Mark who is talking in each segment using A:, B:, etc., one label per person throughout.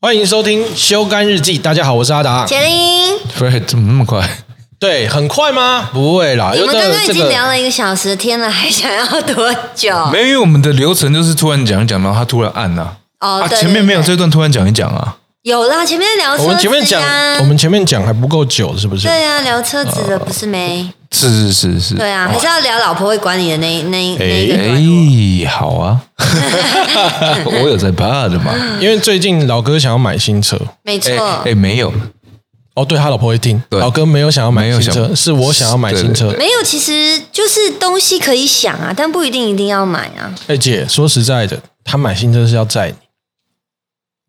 A: 欢迎收听《休肝日记》，大家好，我是阿达。
B: 铁林，
C: Fred 怎么那么快？
A: 对，很快吗？不会啦，
B: 我
A: 因为
B: 们
A: 这
B: 刚
A: 个
B: 刚已
A: 这
B: 经
A: 个
B: 聊了一个小时天了，还想要多久？
C: 没有，因为我们的流程就是突然讲一讲，然后他突然按呐、
B: 哦
C: 啊，
B: 对
C: 前面没有
B: 对
C: 这段，突然讲一讲啊。
B: 有啦，前面聊车子
A: 我
B: 呀
A: 们前面讲，我们前面讲还不够久，是不是？
B: 对啊，聊车子的不是没？
C: 是是是是，
B: 对啊，还是要聊老婆会管你的那那那一个段落。
C: 哎，好 啊，我有在怕的嘛。
A: 因为最近老哥想要买新车。
B: 没
C: 哎
B: 错，
C: 哎，没有，
A: 哦，对他老婆会听。
C: 对
A: 老哥没有想要买
C: 没有
A: 新车，
C: 想
A: 是我想要买新车。
B: 没有，其实就是东西可以想啊，但不一定一定要买啊。
A: 哎姐，说实在的，他买新车是要载你。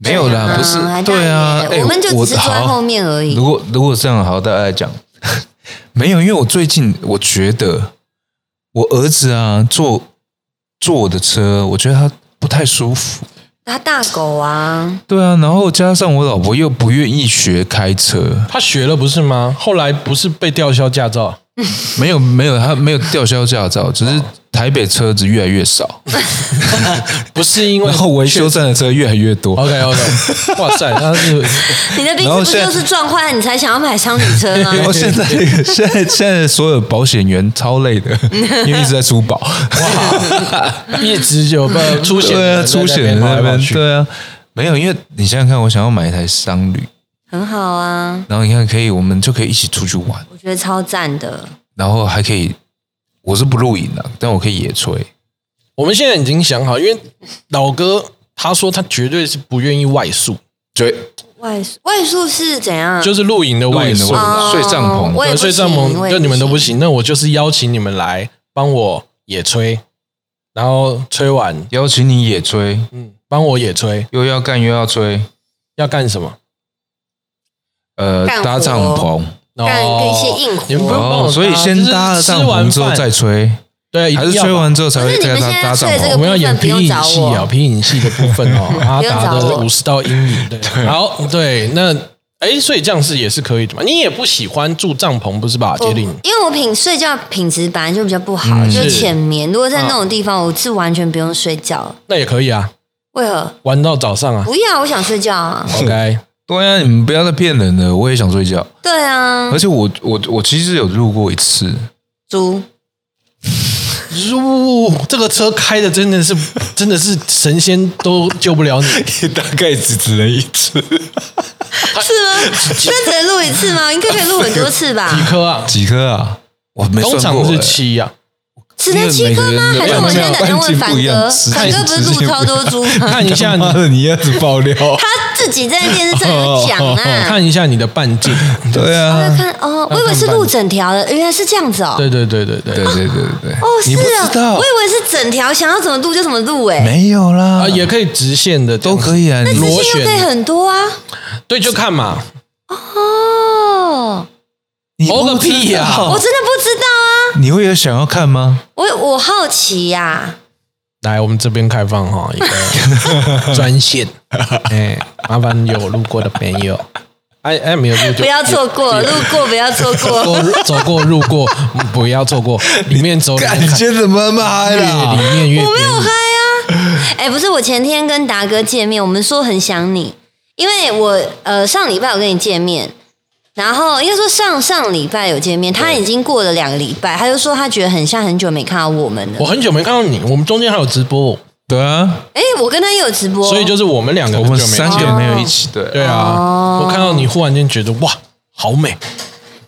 C: 没有啦，
B: 嗯
C: 不是
B: 还，
C: 对啊
B: 大，一
C: 哎
B: 点我们就只是坐在
C: 好
B: 后面而已
C: 如果如果这样，好，大家来讲， 没有，因为我最近我觉得我儿子啊坐坐我的车，我觉得他不太舒服。
B: 他大狗 啊，
C: 对啊，然后加上我老婆又不愿意学开车，
A: 他学了不是吗？后来不是被吊销驾照？
C: 没有没有，她没有吊销驾照，只是台北车子越来越少，
A: 不是因为
C: 然后维修站的车越来越多。
A: OK OK，哇塞，他是
B: 你的鼻子
C: 然后
B: 不
C: 现在
B: 就是撞坏了你才想要买商旅车吗？
C: 然后 现在现在现在所有保险员超累 的，因为一直在出保，
A: 一直有被出险
C: 对
A: 的
C: 啊，
A: 人在
C: 出
A: 那
C: 险
A: 边
C: 人
A: 跑来
C: 在那
A: 跑
C: 边，
A: 去，
C: 对啊，没有，因为你想想看，我想要买一台商旅，
B: 很好啊，
C: 然后你看可以，我们就可以一起出去玩，
B: 我觉得超赞的。
C: 然后还可以，我是不露营的，但我可以野炊，
A: 我们现在已经想好，因为老哥他说他绝对是不愿意外宿，
C: 对，
B: 外宿外宿是怎样？
A: 就是露营的
C: 露
A: 外
C: 营的
A: 宿
C: 外，
B: 哦
C: 睡帐篷
B: 我也
A: 对
B: 不
A: 所以帐
B: 行我
A: 篷
B: 也
A: 就你们都不
B: 行。
A: 行。那我就是邀请你们来帮我野炊，然后吹完，
C: 邀请你野炊，
A: 嗯，帮我野炊，
C: 又要干又要吹，
A: 要干什么？
C: 呃，
B: 干活
C: 搭帐篷。
B: 干一些硬活
A: 你们不用帮我
C: 哦，
A: 搭
C: 所以先搭
A: 就
C: 了
A: 是
C: 帐
A: 吃完
C: 篷之后
A: 饭
C: 再吹，
A: 对，一
C: 还
A: 定
C: 是
A: 要
C: 吹
A: 吧
C: 完之后才
B: 可
C: 会
B: 是你
C: 再
B: 们现
C: 搭
B: 在
C: 搭帐
B: 吹这
C: 篷
B: 个？
A: 我们要演皮影
B: 这
A: 戏
B: 个部分
A: 啊，皮影戏的部
B: 不用找我
A: 分哦，阿达
B: 不用
A: 的
B: 找我
A: 五十道阴 影。对，好，对，那哎，所以这样是也是可以的嘛？你也不喜欢住帐篷，不是
B: 哦
A: 吧，杰林？
B: 因为我品睡觉品质本来就比较不好，就是浅眠。如果在那种地方，我是完全不用睡觉。
A: 那也可以啊，
B: 为何？
A: 玩到早上啊。
B: 不要，我想睡觉啊。
A: OK，
C: 对啊，你们不要再骗人了，我也想睡觉。
B: 对啊
A: 嗯
C: 而，且我我我其实有录过一次，
B: 猪
A: 呜，这个车开的真 的是真的是神仙都救不了你。
C: 大概只只能一
B: 是
C: 次，
B: 吗？那只能录一次吗？应该可以录很多次
A: 几
B: 吧？
A: 颗啊？
C: 几颗啊？我没
A: 通
C: 算
A: 常
C: 过、
A: 是
C: 欸。
A: 七啊呀、
B: 只能七颗吗？
C: 因为每
B: 还
C: 个人
B: 是我现在打电话问凡
C: 半径不一
B: 哥
C: 样，时
B: 凡
C: 间
B: 哥不是录超多猪吗？
A: 看一下 你哦
C: 妈，的，你要是爆料，
B: 他自己在电视上有啊讲啊。
A: 看一下你的半径。
C: 对
B: 我
C: 啊
B: 有，看哦，我以为是录整条的，原来是这样子哦。
A: 对对对对对
C: 对对对对对，
B: 哦，是
C: 你不
B: 啊
C: 知，道
B: 我以为是整条，想要怎么录就怎么录，哎，
C: 没有啦，
A: 啊，也可以直线的
C: 都可。以啊，
B: 那
C: 你
B: 资
A: 裸
B: 讯又可以
A: 选
B: 很多啊。
A: 对，就看嘛。
B: 哦，
C: 你
A: 哦个
C: 不知道
A: 屁啊
B: 我真的不知道啊，
C: 你会有想要看吗？
B: 我我好奇呀、
A: 来，我们这边开放哈、一个专 线，哎、麻烦有路过的朋友，哎哎，没有路就
B: 不要错过，路过不要错 过。
A: 过走过路过，嗯不要错过，里面走里面看，
C: 天怎么买
A: 越里面越
B: 我没
A: 便
B: 有
A: 宜
B: 嗨啊！哎，不是，我前天跟达哥见面，我们说很想你，因为我呃上礼拜我跟你见面，然后应该说上上礼拜有见面，他已经过了两个礼拜，他就说他觉得很像很久没看到我们
A: 我
B: 了。
A: 很久没看到你，我们中间还有直播，
C: 对啊，
B: 哎，我跟他也有直播，
A: 所以就是我们两个
C: 我们
A: 很久没
C: 三
A: 见
C: 个没有一起对
A: 对啊，
B: 哦
A: 我看到你忽然间觉得哇，好美，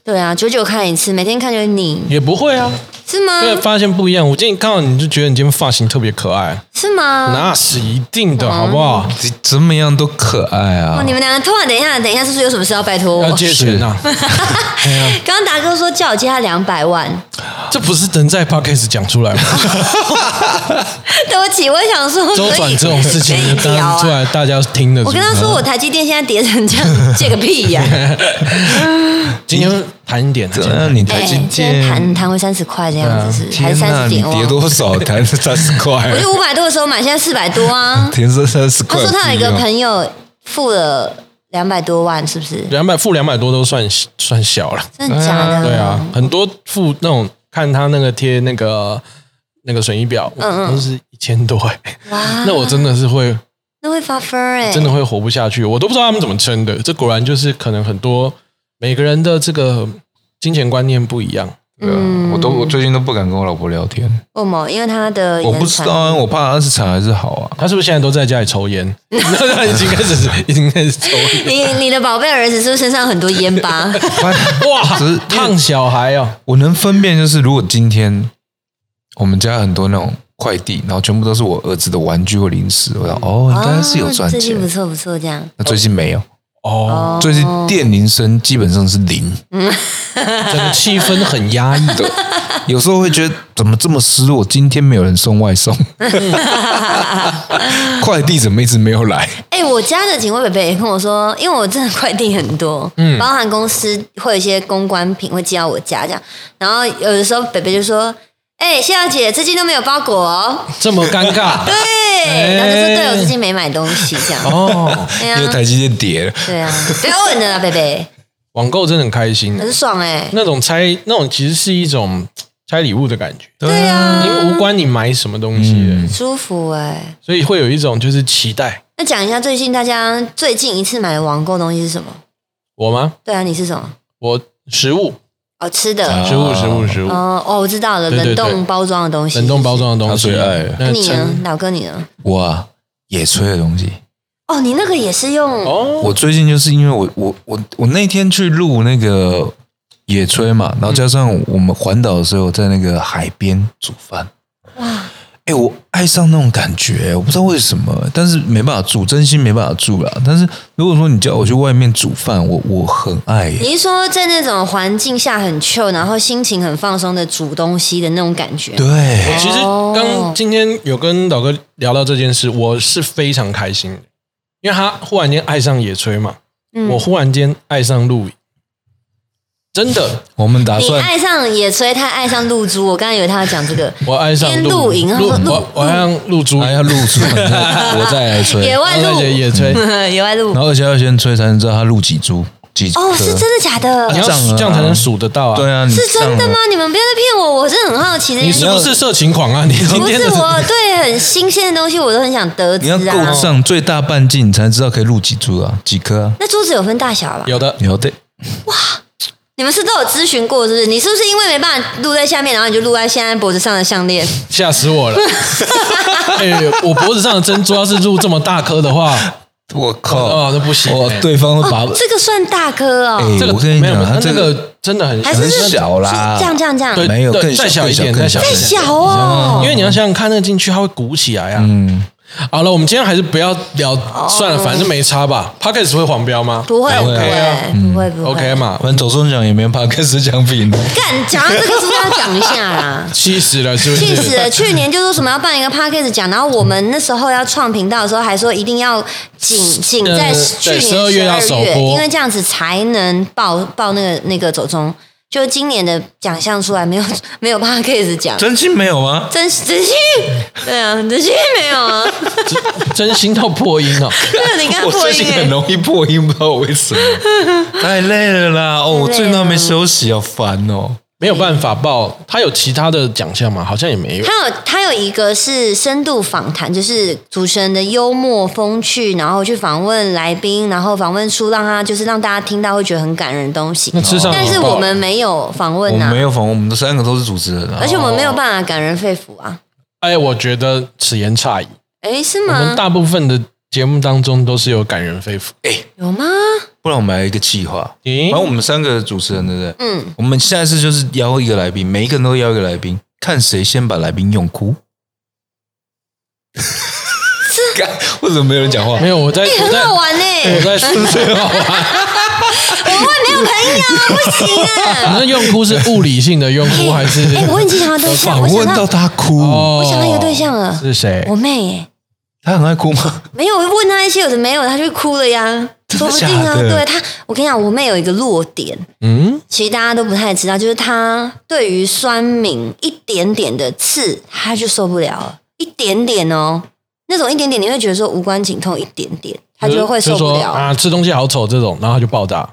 B: 对啊，久久看一次，每天看就是你
A: 也不会啊，
B: 是吗？
A: 对，发现不一样。我今天看到你就觉得你今天发型特别可爱，
B: 是吗？
A: 那是一定的，好不好？
C: 怎怎么样都可爱啊
B: 哦，！你们两个突然等一下，等一下，是不是有什么事要拜托我
A: 要？借钱啊呐、
B: 刚刚达哥说叫我借他两百万，
A: 这不是能在 podcast 讲出来吗？
B: 对不起，我想说
A: 周转这种事情
B: 可
A: 当
B: 以可以聊
A: 然出
B: 啊。
A: 来大家听得出
B: 我跟他说，我
A: 嗯
B: 台积电现在跌成这样，借个 屁呀、哎
A: 今天谈一点啊，今
C: 怎
A: 天谈
C: 么样？
A: 一点
C: 你
B: 哎
C: 台积
B: 今天
C: 电
B: 弹弹回三十块这样子，
A: 啊
B: 是还
C: 天
B: 是三
C: 呐，
B: 十
C: 你
B: 点哇
C: 跌？多少？弹三十
B: 我
C: 块，。
B: 就五百多的时候买，现在四百多啊
C: 填是三十
B: 他
C: 块。啊
B: 说他有一个朋友付了两百多万，是不是？
A: 两百负两百多都算算小了，
B: 真的假的？
A: 对啊，很多负那种看他那个贴那 个那个损益表，都是一千多、欸，
B: 嗯哇
A: 那我真的是会
B: 那会发疯哎、
A: 真的会活不下去。我都不知道他们怎么撑的。这果然就是可能很多每个人的这个金钱观念不一样。
C: 对啊，
B: 嗯
C: 我都我最近都不敢跟我老婆聊天，
B: 为什么？因为他的
C: 我
B: 延
C: 不知
B: 长
C: 道啊，我怕她是惨还是好啊。
A: 他是不是现在都在家里抽烟？ 他已经开始，已经开始抽烟。
B: 你你的宝贝儿子是不是身上很多烟疤？
A: 哇
C: 只是，
A: 烫小孩哦，
C: 我能分辨就是，如果今天我们家很多那种快递，然后全部都是我儿子的玩具或零食，我想哦，应该是有
B: 嗯
C: 赚
B: 哦最近
C: 钱
B: 不。错不错，这样
C: 那最近没有，
A: 哦，
B: 哦。
C: 最近电铃声基本上是零，
A: 整个气氛很压抑。
C: 有时候会觉得怎么这么失落，今天没有人送外 送，快递怎么一直没有来？
B: 哎、我家的警卫伯伯也跟我说，因为我真的快递很多，嗯，包含公司会有一些公关品会寄到我家这样，然后有的时候伯伯就说：“哎、谢小姐，最近都没有包裹哦。
A: 这么尴 尬”
B: 对，然后就说：“对，我最近没买东西这样。
A: 哦，
B: 对
C: 哎因为
B: 啊，
C: 台积电跌了，
B: 对啊，不要问了啦，伯伯，
A: 网购真的很开心，
B: 很爽哎、
A: 那种拆那种其实是一种拆礼物的感觉，
C: 对啊，嗯
A: 因为无关你买什么东西的，
B: 舒服哎、
A: 所以会有一种就是期待。
B: 那讲一下最近大家最近一次买的网购东西是什么？
A: 我吗？
B: 对啊，你是什么？
A: 我食物，
B: 哦，吃的。
C: 啊
A: 食物，食物，食物，
B: 哦哦，我知道了，
A: 对对对
B: 冷冻包装的东西。
A: 冷冻包。装的东西。
C: 他最爱
A: 那
B: 那你呢
A: 成，
B: 老哥你呢？
C: 我啊野炊的东西。
B: 哦，你那个也是用
A: 哦，
C: 我最近就是因为我我我我那天去录那个野炊嘛，然后加上我们环岛的时候在那个海边煮饭，
B: 哇，
C: 哎、我爱上那种感觉，我不知道为什么，但是没办法煮，真心没办法煮啦。但是如果说你叫我去外面煮饭，我我很爱耶，
B: 你是说在那种环境下很 chill，然后心情很放松的煮东西的那种感觉？
C: 对，
A: 其实
B: 哦
A: 刚今天有跟老哥聊到这件事，我是非常开心的，因为他忽然间爱上野炊嘛，
B: 嗯
A: 我忽然间爱上露营，真的，
C: 我们打
B: 你
C: 算
B: 爱上野炊，他爱上露珠。我刚才以为他要讲这个
A: 我爱上
B: 边
A: 露
B: 露营
A: 露
B: 然后露
A: 我我爱上露珠，
C: 还要露出来， 我再来吹，
B: 野
C: 然
B: 外
A: 然后
B: 露
A: 再，野 炊，
C: 嗯
B: 野 外露。
C: 后而且要先吹才能知道它录几株几颗
B: 哦，是真的假
A: 你
B: 的？
A: 要
C: 这样啊
A: 这样才能数得到啊。
C: 对啊，
B: 是真的
C: 你上
B: 吗
C: 了？？
B: 你们不要再骗我，我真的很好奇这
A: 你
B: 件
A: 是
B: 事。
A: 不是色情狂啊？你今
B: 不
A: 天
B: 是
A: 的
B: 我对很新鲜的东西，我都很想得
C: 你
B: 知
C: 要够
B: 啊。
C: 上最大半径，你才知道可以录几株啊，几颗啊？
B: 那桌子有分大小吧？
A: 有的，
C: 有的，
B: 你们是都有咨询过，是不是？你是不是因为没办法录在下面，然后你就录在现在脖子上的项链？
A: 吓死我了！哎、我脖子上的珍珠要是入这么大颗的话，
C: 我靠！
A: 哦，那不行、
C: 哦
A: 哎，
C: 对方会把
B: 这个算大哥哦，
C: 哎
A: 这个
C: 我跟你
A: 没有
C: 讲，他
A: 那
C: 这个
A: 个真的很小
B: 还是
C: 很小啦
B: 是这样这样这样，
A: 对，
C: 没有
A: 对
C: 更小
A: 再小一点，
C: 更
A: 再
C: 小
A: 小一
B: 太
A: 点，
B: 嗯小哦，
A: 因为你要想想看，那个进去它会鼓起来啊。嗯，好了，我们今天还是不要聊，算了，反正没差吧。Pockets 会黄标吗？
B: 嗯不会
A: 哎
B: 不
A: OK 啊
B: 会不会不会
A: ，OK 嘛，？
C: 反正走中奖也没怕，跟谁讲比呢？
B: 干讲到这个是不是要讲一下啦
A: 气死了，是不
B: 气死
A: 是？
B: 了！去年就说什么要办一个 podcast 讲，然后我们那时候要创频道的时候，还说一定要紧紧在
A: 呃
B: 去
A: 对
B: 年
A: 12月要首
B: 12
A: 播
B: 因为这样子才能报报那个那个走中。就今年的奖项出来，没有没有 podcast 奖，
C: 真心没有吗？
B: 真真心对啊，真心没有啊，
A: 真心到破音哦。
B: 对，你看
C: 我
B: 破
C: 最
B: 音
C: 近
B: 欸
C: 很容易破音，不知道为 什么，太累了啦！哦，我最近都没休息，好烦哦。
A: 没有办法报，它有其他的奖项吗？好像也没有。
B: 他有他有一个是深度访谈，就是主持人的幽默风趣，然后去访问来宾，然后访问出让他就是让大家听到会觉得很感人的东西
A: 那。吃上
B: 但是
A: 有报
B: 我们没有访
C: 我
B: 问
C: 们
B: 啊
C: 没，有访问，我们三个都是主持人啊
B: 而。且我们没有办法感人肺腑啊。
A: 哎，我觉得此言差矣。
B: 诶，是
A: 我们
B: 吗？
A: 大部分的节目当中都是有感人肺腑。
B: 有吗？
C: 不然我们来一个计划，
A: 咦
C: 反正我们三个主持人，对不对？
B: 嗯，
C: 我们下一次就是邀一个来宾，每一个人都邀一个来宾，看谁先把来宾用哭。干 为什么没有人讲话
A: 没？有，我在
B: 诶
A: 我
B: 哎很
A: 在
B: 好玩诶，
A: 我在宿 舍好玩。
B: 我会没有朋友，不行 啊！
A: 那用哭是物理性的用哭还是？
B: 哎诶，我已经想到对象，
C: 访
B: 我
C: 问
B: 想到
C: 到他哭，
A: 哦
B: 我想到一个对象了，
A: 是谁
B: 我？妹耶。
C: 他很爱哭吗？
B: 没有问他一些有的没有，他就哭了呀，说不定啊。
C: 假的
B: 对他，我跟你讲，我妹有一个弱点，
A: 嗯，
B: 其实大家都不太知道，就是她对于酸民一点点的刺，她就受不了了，一点点哦，那种一点点你会觉得说无关紧痛，一点点她就会受不
A: 就说
B: 了。
A: 啊，吃东西好丑这种，然后他就爆炸。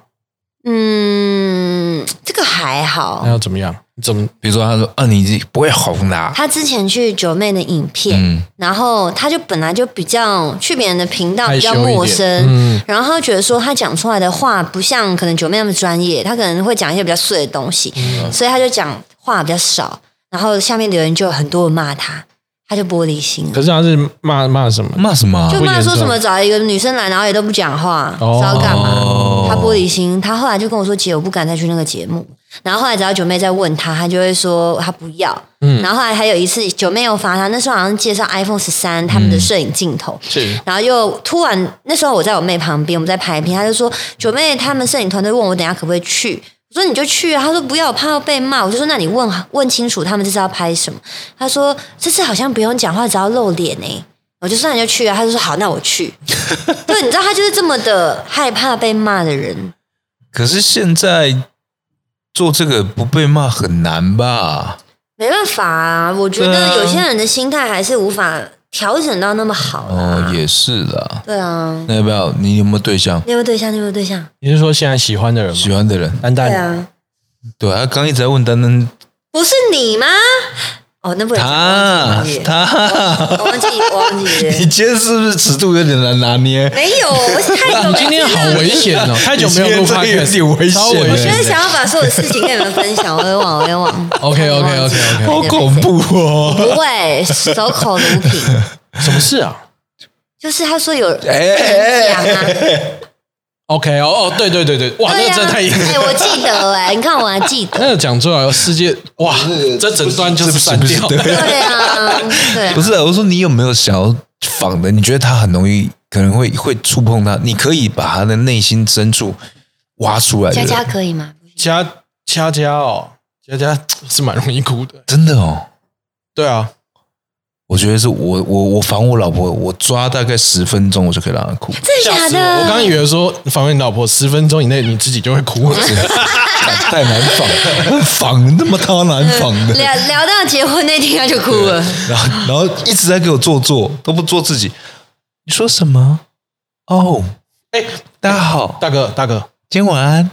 B: 嗯，嗯，这个还好
A: 那。要怎么
B: 哦
A: 样？怎么
C: 比如说他说啊，你不会红的、啊，
B: 他之前去九妹的影片，
C: 嗯
B: 然后他就本来就比较去别人的频道
A: 害
B: 比
A: 羞
B: 较
A: 一
B: 陌
A: 点
B: 生，
A: 嗯
B: 然后他觉得说他讲出来的话不像可能九妹那么专业，他可能会讲一些比较碎的东西，
A: 嗯
B: 所以他就讲话比较少，然后下面留言就有很多人骂他，他就玻璃心
A: 可
B: 了。
A: 是他是骂骂什么？
C: 骂什么啊、
B: 就
A: 不
B: 骂说
A: 严重
B: 什么找一个女生来，然后也都不讲话，不
A: 哦
B: 知道干嘛
C: 哦。
B: 他玻璃心，他后来就跟我说：“姐，我不敢再去那个节目。”然后后来只要九妹再问他，他就会说他不要。
A: 嗯
B: 然后后来还有一次，九妹又发他，那时候好像介绍 iPhone 十三他
A: 嗯
B: 们的摄影镜头，
A: 是
B: 然后又突然那时候我在我妹旁边，我们在拍片，她就说九妹他们摄影团队问我等一下可不可以去，我说你就去啊，她说不要，我怕要被骂，我就说那你问问清楚他们这次要拍什么，她说这次好像不用讲话，只要露脸呢、我就说那你就去啊，她就说好，那我去。对，你知道她就是这么的害怕被骂的人，
C: 可是现在做这个不被骂很难吧？
B: 没办法啊，我觉
C: 对啊
B: 得有些人的心态还是无法调整到那么好啊。
C: 哦，也是啦。
B: 对啊，
C: 那要不要？你有没有对象？
B: 你有没有对象？你有没有对象？
A: 你是说现在喜欢的人吗？
C: 喜欢的人？
A: 丹
B: 对
A: 丹，
B: 啊，
C: 对，他刚一直在问丹丹，
B: 不是你吗？哦，那不能
C: 他
B: 忘记了
C: 他，
B: 我忘记我忘记
C: 你
B: 了，
C: 今天是不是尺度有点难拿捏？
B: 没有，我是太久
A: 你
B: 没
A: 今天好危险 哦！太久没有录
C: 你今天真的
A: podcast，
C: 有点危险
A: 超危
B: 我
A: 险
B: 就
A: 的
B: 是。想要把所有事情跟你们分享，我也忘，我也忘。
A: OK，OK，OK，OK
C: 好恐，怖
A: 啊
C: 哦！
B: 不会，守口如瓶。
A: 什么事啊
B: 就是 他说有人
C: 哎哎
B: 讲啊，
A: ？OK，哦哦，对对对对，哇，那
B: 对
A: 个
B: 呀，
A: 真的太严。
B: 哎，我记得哎，你看我还记得，
A: 那个讲出来哦，世界哇，这整段就是删
C: 不是
A: 掉
C: 不。 是对
B: 对啊，对啊
C: 不，是啊，我说你有没有想要仿的？你觉得他很容易可能会会触碰他，你可以把他的内心深处挖出来。
B: 佳
C: 对
B: 佳
C: 不对
B: 可以吗？
A: 佳佳佳哦，佳佳是蛮容易哭的。
C: 真的哦，
A: 对啊，
C: 我觉得是我我我防我老婆，我抓大概十分钟我就可以让她哭。
B: 真的
A: 吓
B: 假
A: 死我！我刚刚
B: 的？
A: 以为说防你老婆十分钟以内你自己就会哭了。
C: 太难仿， 仿那么超难
A: 嗯
C: 仿的。
B: 聊聊到结婚那天他就哭了，
C: 然后然后一直在给我做作，都不做自己。你说什么？哦，
A: 哎，
C: 大家好，
A: 大哥大哥
C: 今天晚安。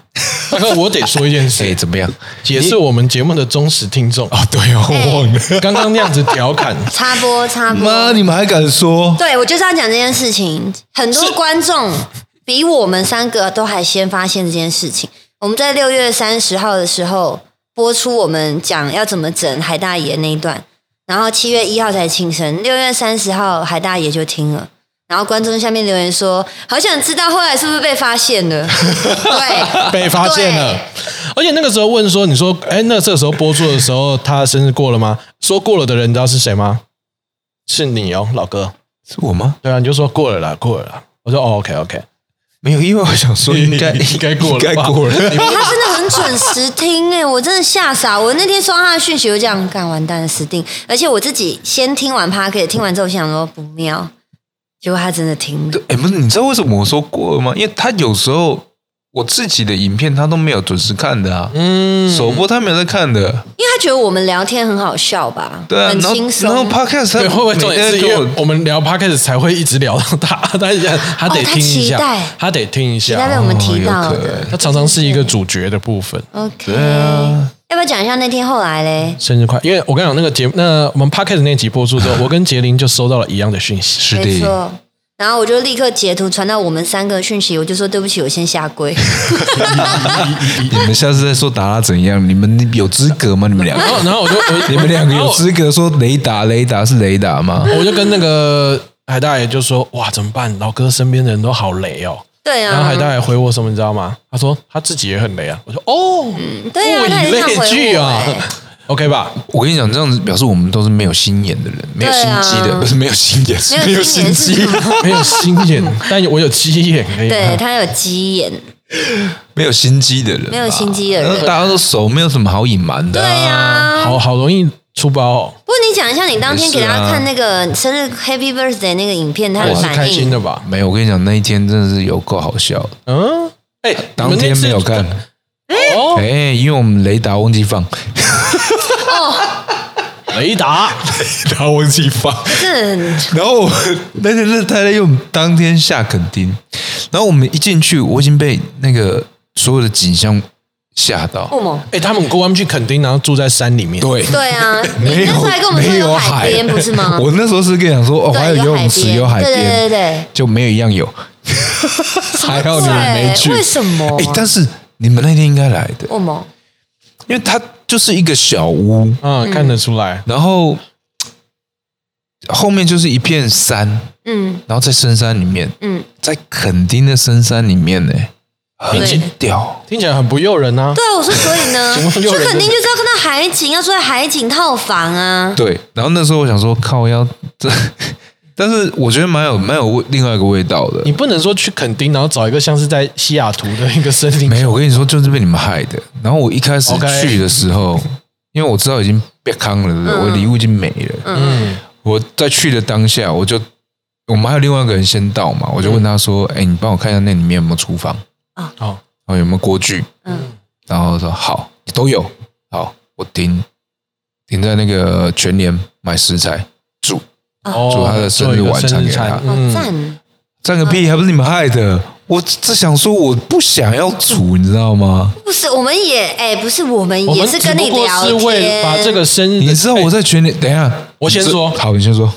A: 大哥，我得说一 件
C: 哎，
A: 事，
C: 怎么样？
A: 姐是我们节目的忠实听众。哎
C: 哦，对哦，我忘了。
A: 刚刚那样子调侃，
B: 插播插播。
C: 妈，你们还敢说？
B: 对，我就是要讲这件事情。很多观众比我们三个都还先发现这件事情。我们在六月三十号的时候播出我们讲要怎么整海大爷那一段，然后七月一号才庆生，六月三十号海大爷就听了。然后观众下面留言说：“好想知道后来是不是被发现了？”对，
A: 被发现了。而且那个时候问说，你说，哎，那这个时候播出的时候，他生日过了吗？说过了的人，你知道是谁吗？是你哦，老哥。
C: 是我吗？
A: 对啊，你就说过了啦，过了啦。我说哦，OK OK，
C: 没有，因为我想 说应该
A: 应该过了
C: 应该
A: 吧
C: 过了。
B: 哎、他真的很准时听哎、我真的吓傻。我那天收到他的讯息，我就想干完蛋了，死定。而且我自己先听完 p a r k 听完之后我想说不妙，结果他真的听了。
C: 哎，不是，你知道为什么我说过了吗？因为他有时候我自己的影片他都没有准时看的啊，
A: 嗯，
C: 首播他没有在看的。
B: 因为他觉得我们聊天很好笑吧，
C: 对啊，
B: 很
C: 然后
B: 轻松。
C: 然后 podcast 他
A: 对，会不会重
C: 每
A: 点
C: 天
A: 是因
C: 给
A: 为
C: 我
A: 我们聊 podcast 才会一直聊到他， 他一下他得
B: 哦他
A: 听一下，
B: 期待
A: 他得听一
B: 期待被
A: 下，
B: 我们
C: 哦
B: 提
C: 有
B: 到
C: 可
B: 的。
C: 能
A: 他常常是一个主角的部分。
C: 哦
B: OK，、
C: 对啊
B: 要不要讲一下那天后来嘞？
A: 生日快！因为我跟你讲，那个节目，那我们 podcast 那集播出 之后，我跟杰林就收到了一样的讯息。
C: 是
B: 没
C: 的，
B: 错。然后我就立刻截图传到我们三个讯息，我就说对不起，我先下跪。
C: 你们下次再说达拉怎样？你们有资格吗？你 们两
A: 然后，
C: 个，
A: 然后我就我
C: 你们两个
A: 然后
C: 有
A: 我
C: 资格说雷达？雷达是雷达吗？
A: 我就跟那个海大爷就说：“哇，怎么办？老哥身边的人都好雷哦。”
B: 对啊，
A: 然后海大爷回我什么，你知道吗？他说他自己也很雷啊。我说：“哦，
B: 对啊，
A: 物
B: 他
A: 以
B: 也是这样
A: 类聚
B: 回我、
A: 啊
B: 欸。
A: ，OK 吧？
C: 我跟你讲，这样子表示我们都是没有心眼的人，没有心机
B: 对
C: 的，
B: 啊
C: 不是没有心眼，是
B: 没有心眼是
C: 没有
B: 什么
A: 没有心眼，但我有鸡眼可以
B: 对
A: 看。
B: 他有鸡眼，
C: 没有心机的人吧，
B: 没有心机的人
C: 然后大家都熟，没有什么好隐瞒的
B: 对
C: 啊、
B: 呀、
A: 好好容易出包哦。
B: 不过你讲一下，你当天给大
C: 也是
B: 家
C: 啊
B: 看那个生日 Happy Birthday 那个影片，他
A: 我
B: 的
A: 是开
B: 反
A: 心
B: 应。
A: 的吧？
C: 没有，我跟你讲，那一天真的是有够好笑的。
A: 嗯，哎，
C: 当天没有看
A: 看，哦
C: 哎、，因为我们雷达忘记放，
A: 雷达，
C: 雷达忘记放，
B: 是
C: 然后我们那天是太太因为我们当天下垦丁，然后我们一进去，我已经被那个所有的景象吓到。
B: 不 猛。
A: 哎、他们跟我们去垦丁，然后住在山里面，
C: 对，
B: 对啊，你
C: 没
B: 那时
C: 有
B: 候还跟我们说
C: 没有
B: 海边不是吗？
C: 我那时候是跟你讲说，哦，
B: 对
C: 还有游泳池，有海
B: 对对对对
C: 边，
B: 对，
C: 就没有一样 有，还好你们没去。
B: 对为什么啊
C: 哎，但是你们那天应该来的，
B: 为什么？
C: 因为它就是一个小屋，
A: 嗯，看得出来。
C: 然后嘖后面就是一片山，
B: 嗯
C: 然后在深山里面，
B: 嗯，
C: 在垦丁的深山里面呢，
B: 对
C: 很屌。
A: 听起来很不诱人啊。
B: 对啊，我说所以 呢，
A: 请问
B: 去
A: 诱人
B: 垦丁
A: 的
B: 就是要看到海景，要住在海景套房啊。
C: 对，然后那时候我想说，靠腰，要这， 但是我觉得蛮有蛮有味另外一个味道的
A: 你。不能说去垦丁，然后找一个像是在西雅图的一个森林，
C: 没有，我跟你说，就是被你们害的。然后我一开始
A: OK
C: 去的时候因为我知道已经被坑了，对不对我礼物已经没了。
A: 嗯，
C: 我在去的当下，我就我们还有另外一个人先到嘛，我就问他说：“
A: 嗯
C: 哎、你帮我看一下那里面有没有厨房，
A: 哦，
C: 然后有没有锅具？”
B: 嗯
C: 然后说好，都有。好，我停停在那个全联买食材煮，
A: 哦
C: 煮他嗯的生日晚餐给他
B: 好
A: 嗯
B: 赞！
C: 占个屁，还不是你们害的。我只想说，我不想要煮，你知道吗？
B: 不是，我们也哎，不是，我们
A: 我
B: 也
A: 们
B: 是跟你
A: 只不过
B: 聊
A: 是为
B: 天，
A: 了把这个生日的，
C: 你知道我在全联，等一下，
A: 哎我先
C: 你这
A: 说
C: 好，你先说。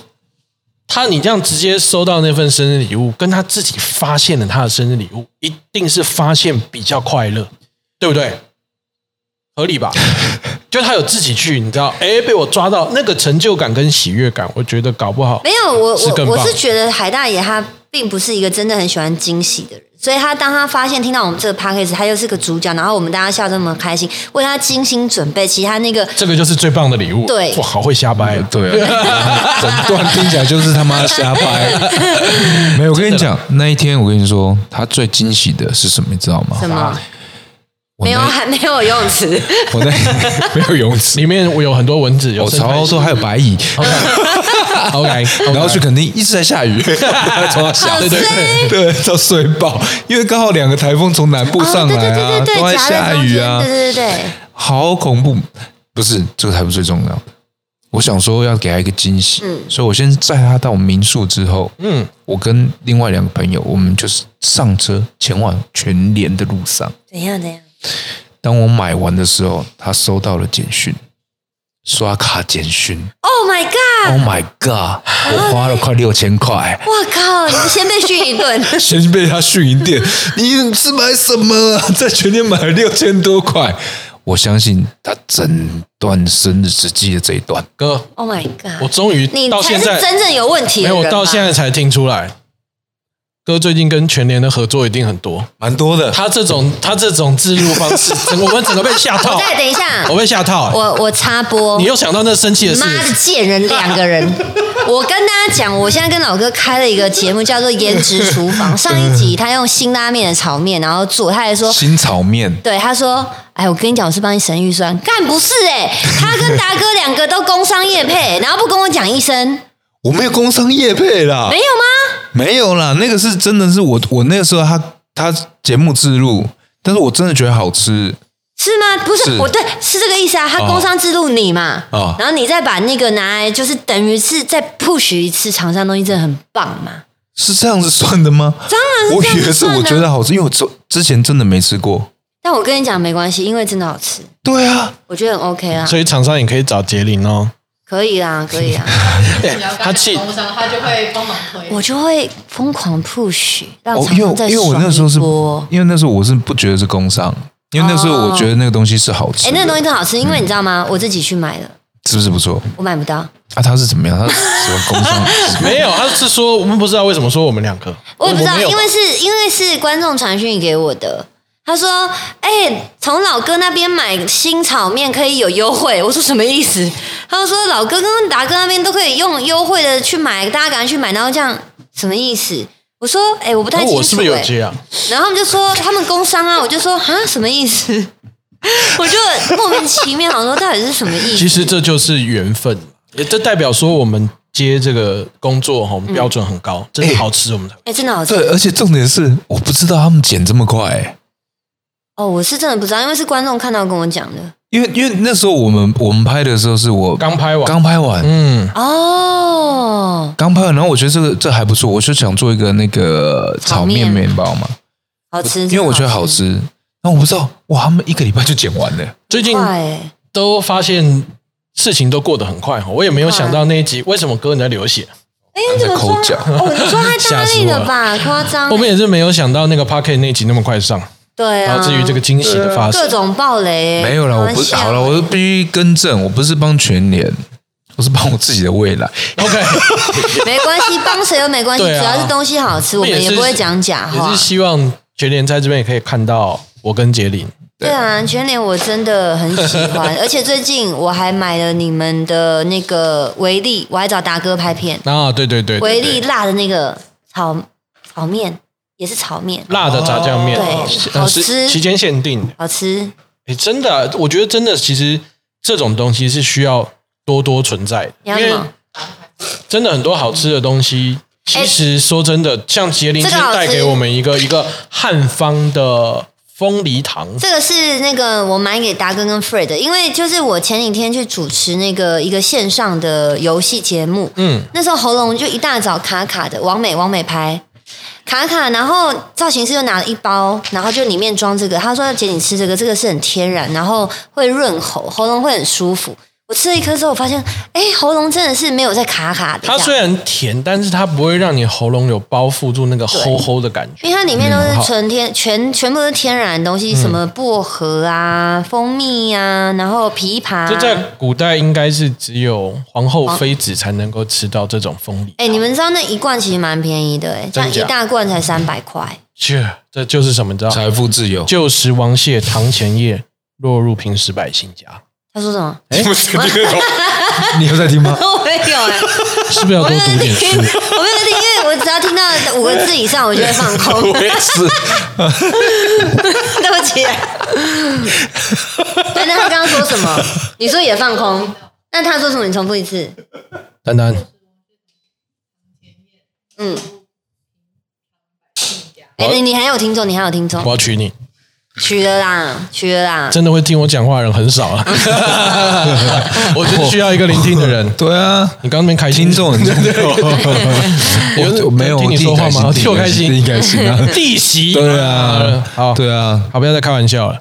A: 他你这样直接收到那份生日礼物，跟他自己发现了他的生日礼物，一定是发现比较快乐，对不对？合理 吧？就他有自己去，你知道，哎，被我抓到那个成就感跟喜悦感，我觉得搞不好
B: 没有，我
A: 是
B: 我
A: 更
B: 我
A: 棒
B: 是觉得海大爷他并不是一个真的很喜欢惊喜的人，所以他当他发现听到我们这个 p a c k a g e 他又是个主角，然后我们大家笑这么开心，为他精心准备，其实他那个
A: 这个就是最棒的礼物。
B: 对
A: 哇，好会瞎掰啊！
C: 对啊，整段听起来就是他妈瞎掰。 没有，我跟你讲，那一天我跟你说，他最惊喜的是什么，你知道吗？
B: 什么
C: 我
B: 没有
C: 那
B: 还没有游泳池，
C: 我 那没有泳池，
A: 里面我有很多蚊子，有
C: 我
A: 生态
C: 超
A: 系
C: 多，还有白蚁。
A: OK，
C: 然后去垦丁一直在下雨， 从到下
B: 好
C: 对对
B: 衰
C: 对对，到睡爆，因为刚好两个台风从南部上
B: 哦对
C: 来啊，
B: 对对对
C: 都
B: 对，
C: 在
B: 夹在
C: 下
B: 中
C: 雨
B: 间，
C: 啊
B: 对，对对对，
C: 好恐怖。不是这个才不是最重要的，我想说要给他一个惊喜，
B: 嗯
C: 所以我先载他到民宿之后，
A: 嗯，
C: 我跟另外两个朋友，我们就是上车前往全联的路上。
B: 怎样怎样，
C: 当我买完的时候，他收到了简讯，刷卡简讯。
B: Oh my god！
C: Oh my god！我花了快六千块。
B: 我靠！你先被训一顿，
C: 先被他训一遍，你是买什么 啊？在全年买了六千多块，我相信他整段生日只记得这一段。
A: 哥，
B: Oh my
A: 我
B: god！
A: 终于
B: 你
A: 到
B: 才
A: 现
B: 是
A: 在
B: 真正有问题
A: 没
B: 的
A: 有，我
B: 人
A: 到
B: 吧
A: 现在才听出来，哥最近跟全联的合作一定很多。
C: 蛮多的
A: 他这种他这种自入方 式，整个我们整个被吓
B: 我
A: 套，
B: 再等一下
A: 我，被吓套。
B: 我我插播
A: 你。又想到那生气的事
B: 妈，的贱人，两个 人！我跟大家讲，我现在跟老哥开了一个节目，叫做《颜值厨
C: 嗯
B: 房》。上一集他用辛拉面的炒面，然后做，他还 说
C: 新炒面，
B: 对，他说：“哎，我跟你讲，我是帮你省预算，干不是哎、他跟达哥两个都工商业配，然后不跟我讲一声，
C: 我没有工商业配啦
B: 没，有吗？
C: 没有啦，那个是真的是我我那个时候他他节目自录，但是我真的觉得好吃，
B: 是吗？不是，
C: 是
B: 我对是这个意思啊。他工商制度你嘛，
C: 哦
B: 然后你再把那个拿来，就是等于是再 push 一次厂商东西，真的很棒嘛。
C: 是这样子算的吗？
B: 当然是
C: 我
B: 这样
C: 以为
B: 子
C: 是
B: 算啊
C: 我觉得好吃，因为我之之前真的没吃过。
B: 但我跟你讲没关系，因为真的好吃，
C: 对啊，
B: 我觉得很 OK 啊，
A: 所以厂商也可以找杰林哦。
B: 可以 啊，可以啊，
A: 对
D: 只要
A: 他
D: 刚
A: 气
D: 讲，工商，他就会帮忙推。
B: 我就会疯狂 push 让
C: 哦，
B: 厂
C: 因为
B: 商
C: 我
B: 再
C: 因为我那时
B: 爽
C: 候
B: 一
C: 是
B: 波。”，哦
C: 因为那时候我是不觉得是工伤，因为那时候我觉得那个东西是好吃
B: 哎，
C: 的，嗯
B: 那个东西真好吃，因为你知道吗？我自己去买的，
C: 是不是不错？
B: 我买不到。
C: 啊，他是怎么样？他是什么工伤？
A: 没有，他是说我们不知道为什么说我们两个，
B: 我也不知道，
A: 没有
B: 因为是因为是观众传讯给我的。他说：“哎、从老哥那边买新炒面可以有优惠。”我说什么意思？他就说老哥跟达哥那边都可以用优惠的去买，大家赶快去买。然后这样什么意思？我说：“哎、我不
A: 那
B: 太
C: 哦
B: 清楚、哎
A: 我是不是有接啊？
B: 然后他们就说他们工商啊，我就说啊什么意思？ 我就莫名其妙，想说到底是什么意
A: 其
B: 思？
A: 实这就是缘分，也这代表说我们接这个工作哈，我们标准很高，真的好吃我们才。
B: 哎、真的好吃
C: 对，而且重点是我不知道他们剪这么快、欸
B: 哦！我是真的不知道，因为是观众看到跟我讲的
C: 因为因为那时候我们我们拍的时候是我
A: 刚拍完，
C: 刚拍完，
A: 嗯，
B: 哦。
C: 刚拍完，然后我觉得这个这还不错，我就想做一个那个
B: 炒
C: 炒
B: 面嗯
C: 面面包嘛，
B: 好吃，
C: 因为我觉得
B: 真
C: 好
B: 的
C: 吃。然后我不知道，哇，他们一个礼拜就剪完了。
A: 最近
B: 快欸，
A: 都发现事情都过得很快哦，我也没有想到那一集为什么哥你在流血，
B: 哎，你怎么说
C: 抠脚
B: 他？哦，你说他 大
A: 吓死
B: 力
A: 我
B: 了
A: 了
B: 吧？夸张
A: 我们
B: 欸，
A: 也是没有想到那个 Pocket 那一集那么快上，
B: 对
A: 然
B: 啊。
A: 后至于这个惊喜的发
B: 各
A: 生，
B: 种暴雷欸，
C: 没有啦，我不是
B: 开玩笑
C: 好了，我必须更正，我不是帮全年，我是帮我自己的未来。
B: 嗯
A: OK，
B: 没关系，帮谁都没关系，
A: 对啊
B: 只要是东西好吃，我
A: 那
B: 们
A: 也
B: 也
A: 是
B: 不会讲假
A: 也
B: 话
A: 是。希望全联在这边也可以看到我跟杰林，
B: 对啊，全脸我真的很喜 欢，而且最近我还买了你们的那个维力，我还找达哥拍片，
A: 啊，对对对，对
B: 维力辣的那个炒炒面也是炒面，
A: 辣的炸酱面，
B: 哦对
A: 呃
B: 好
A: 是
B: 吃
A: 期间限定的，
B: 好吃。
A: 哎，真的啊，我觉得真的，其实这种东西是需要多多存在的，
B: 你
A: 因
B: 要什
A: 为
B: 么？
A: 真的很多好吃的东西。其实说真的，像杰林
B: 这
A: 其
B: 个
A: 实
B: 好吃
A: 带给我们一个一个汉方的风梨糖，
B: 这个是那个我买给达哥跟 Fred 的，因为就是我前几天去主持那个一个线上的游戏节目，
A: 嗯，
B: 那时候喉咙就一大早卡卡的，往美往美拍卡卡，然后造型师就拿了一包，然后就里面装这个，他说要姐你吃这个，这个是很天然，然后会润喉，喉咙会很舒服。我吃了一颗之后，我发现，哎，喉咙真的是没有在卡卡的，
A: 它
B: 这
A: 虽
B: 样
A: 然甜，但是它不会让你喉咙有包覆住那个齁齁的感觉。
B: 因为它里面都
A: 嗯好
B: 是纯天、全全部都是天然的东
A: 嗯
B: 西，什么薄荷啊、蜂蜜啊，然后枇杷、
A: 这在
B: 啊。
A: 古代应该是只有皇后、妃子才能够吃到这种风梨。
B: 哎，你们知道那一罐其实蛮便宜的，哎，这样
A: 真假
B: 一大罐才三百块。
A: 切，这就是什么？你知道？
C: 财富自由，
A: 旧时王谢堂前叶，落入平时百姓家。
B: 他说什么？
C: 你不是听得懂？哎 你有在听吗？
B: 我没有哎、
A: 是不是要多读点 书？
B: 我没有听，因为我只要听到五个字以上， 我就会放 空。
C: 也是，
B: 对不起。那那他刚刚说什么？你说也放空？那他说什么？你重复一次。
A: 丹丹，
B: 嗯。哎、你你还有听众，你还有听众
A: 我，要娶你！
B: 取了啦，取了啦。
A: 真的会听我讲话的人很少 了，我真的需要一个聆听的人。
C: 对啊，
A: 你刚刚那边开心
C: 听 众很重要。我我没有
A: 听你说话吗？替我开
C: 应
A: 心，
C: 该行啊。
A: 弟媳。
C: 对啊，
A: 好，
C: 对啊，
A: 好，不要再开玩笑了，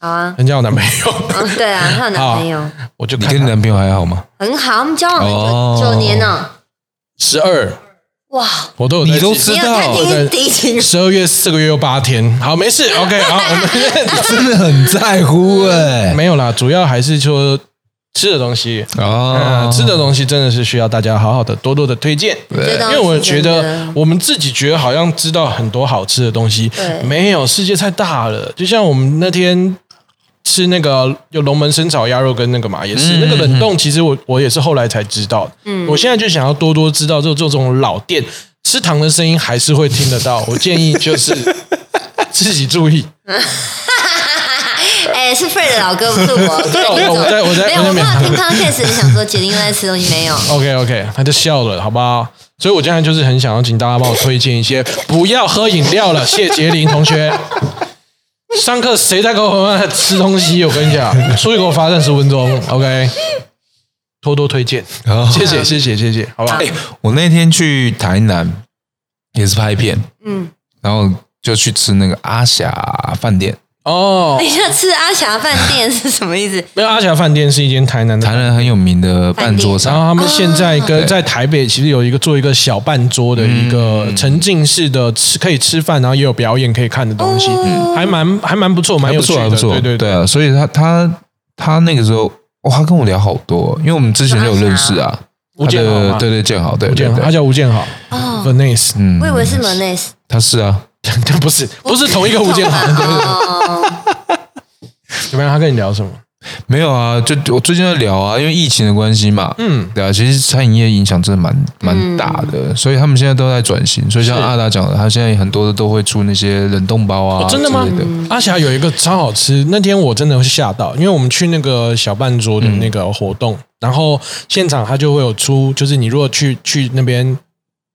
B: 好啊，
A: 人家有男朋友，
B: 嗯，对 啊，她有男朋友，
A: 我就
C: 你
A: 看
C: 跟你男朋友还 好吗？
B: 很好，我们交往
C: 哦
B: 九九年了，
A: 十二，
B: 哇！
A: 我都有在
C: 你都
A: 记
C: 知
B: 你有看
C: 道，
A: 对
B: 听第一集？
A: 十二月四个月又八天，好，没事，OK，好，我们
C: 真的很在乎哎。
A: 没有啦，主要还是说吃的东西，
C: 哦
A: 嗯，吃的东西真的是需要大家好好的多多的推荐，
B: 这
A: 因
B: 倒是
A: 为我觉
B: 真
A: 得
B: 的
A: 我们自己觉得好像知道很多好吃的东西
B: 对，
A: 没有世界太大了。就像我们那天吃那个有龙门生炒鸭肉跟那个嘛，也是、那
C: 嗯
A: 个冷冻，其实我我也是后来才知道的。嗯，我现在就想要多多知道，就这种老店吃糖的声音还是会听得到。我建议就是自己注意。
B: 哎、是 Fred 的老哥，不是我。各
C: 啊
B: 位听众
A: 我在我在
B: 没有，
A: 我在
B: 我
A: 缅
B: 怕
A: 甸
B: 听 podcast 你想说姐弟又在吃东西没有？
A: OK OK，他就笑了，好不好？所以我现在就是很想要请大家帮我推荐一些，不要喝饮料了，谢杰林同学。 上课谁在给我慢慢吃东西？我跟你讲，出去给我罚站十分钟。OK，多多推荐，
C: 哦
A: 谢 谢谢谢谢谢，好吧？
C: 哎，我那天去台南也是拍片，
B: 嗯，
C: 然后就去吃那个阿霞饭店，
A: 哦
B: 等，一下吃阿霞饭店是什么意思？
A: 没有阿霞饭店是一间台南的
C: 台，南很有名的半桌
A: 然
C: 上，
A: 后他们现在跟在台北其实有一个做一个小半桌的一个
C: 嗯
A: 沉浸式的吃，可以吃饭，然后也有表演可以看的东西，
B: 嗯
A: 还蛮还蛮不错，蛮
C: 还
A: 有
C: 不
A: 趣
C: 错，哦还
A: 的，
C: 不错，
A: 对对对。
C: 啊，所以他他他那个时候，哇，他跟我聊好多，因为我们之前就有认识啊，
A: 吴建豪
C: 他
A: 嘛
C: 的对对建豪，对
A: 吴
C: 对
A: 建豪，他
C: 对，
A: 叫吴建豪
B: 哦
A: ，Venice，
C: 嗯
B: 我以为是 Mones，
C: 他是啊，
A: 不是不是同一个吴建豪，对对对
B: 哦，
A: 怎么样？他跟你聊什么？
C: 没有啊，就我最近在聊啊，因为疫情的关系嘛，
A: 嗯，
C: 对啊，其实餐饮业影响真的蛮
B: 嗯
C: 蛮大的，所以他们现在都在转型，所以像
A: 是
C: 阿达讲的，他现在很多的都会出那些冷冻包啊，
A: 哦真的吗
C: 之类
B: 嗯
A: 阿霞有一个超好吃，那天我真的会吓到，因为我们去那个小半桌的那个活动，然后现场他就会有出，就是你如果去去那边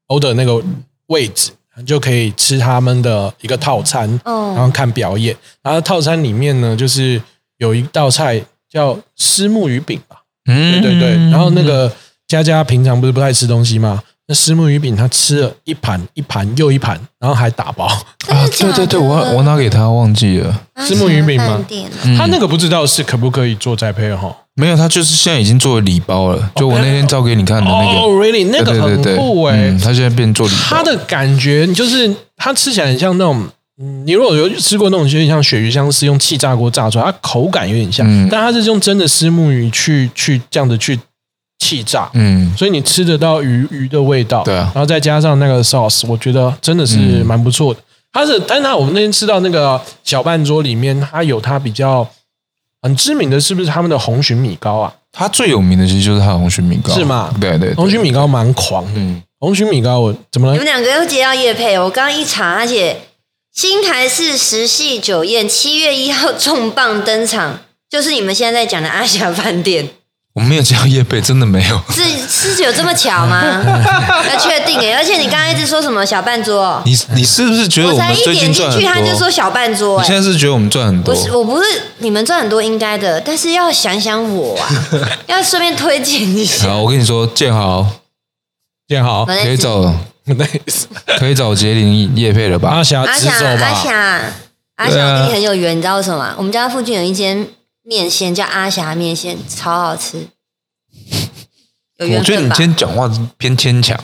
A: order 那个位置，你就可以吃他们的一个套餐，
B: 哦
A: 然后看表演。然后套餐里面呢，就是有一道菜叫虱目鱼饼吧，
C: 嗯
A: 对对对，然后那个佳佳平常不是不太吃东西吗？那石目鱼饼他吃了一盘一盘又一盘，然后还打包。
C: 啊
B: 真的，假
C: 对
B: 的
C: 对对，我我拿给他忘记了，
B: 啊
A: 石目鱼饼吗
B: 什么饭店啊
C: 嗯
A: 他那个不知道是可不可以做宅配哦哈？
C: 没有，他就是现在已经做礼包了，就我那天照给你看的那
A: 哦
C: 个，
A: ，really，那个
C: 对对
A: 很
C: 对
A: 酷
C: 对，
A: 哎、
C: 嗯，他现在变做礼包，
A: 它的感觉就是它吃起来很像那种，嗯你如果有吃过那种，有点像鳕鱼香是用气炸锅炸出来，它口感有点像，
C: 嗯
A: 但它是用真的丝木鱼去去这样子去气炸，
C: 嗯，
A: 所以你吃得到鱼鱼的味道，
C: 对啊嗯
A: 然后再加上那个 sauce，我觉得真的是蛮不错的。它是，但它我们那天吃到那个小半桌里面，它有它比较很知名的是不是他们的红鲟米糕啊？
C: 他最有名的其实就是他的红曲米糕，
A: 是吗
C: 对对，对
A: 红鲟，米糕蛮狂的，
C: 嗯，
A: 红鲟米糕我怎么
B: 你
A: 了
B: 们？两个又接到叶配，我刚刚一查，而且新台式石系酒宴七月一号重磅登场，就是你们现在在讲的阿霞饭店，
C: 我没有叫叶贝，真的没有，
B: 是是有这么巧吗？要确定哎，而且你刚刚一直说什么小半桌哦，
C: 你你是不是觉得
B: 我
C: 我
B: 才
C: 们
B: 一
C: 最
B: 点
C: 近
B: 进
C: 赚很
B: 去，
C: 多？
B: 他就说小半桌
C: 你
B: 哎、
C: 现在是觉得我们赚很多
B: 不？是，我不是你们赚很多应该的，但是要想想我 啊，要顺便推荐一下。
C: 好，我跟你说，建豪
A: 建豪，
B: 我在
C: 可以找 可以找杰林叶配了吧
A: 阿？霞
B: 阿
A: 直
B: 霞，
A: 走吧。
B: 阿霞，阿
C: 对
B: 霞，
C: 啊
B: 我跟你很有缘，你知道为什么吗？我们家附近有一间面线叫阿霞面线，超好吃，有
C: 我
B: 缘
C: 觉得
B: 分
C: 你
B: 吧？
C: 今天讲话偏牵强，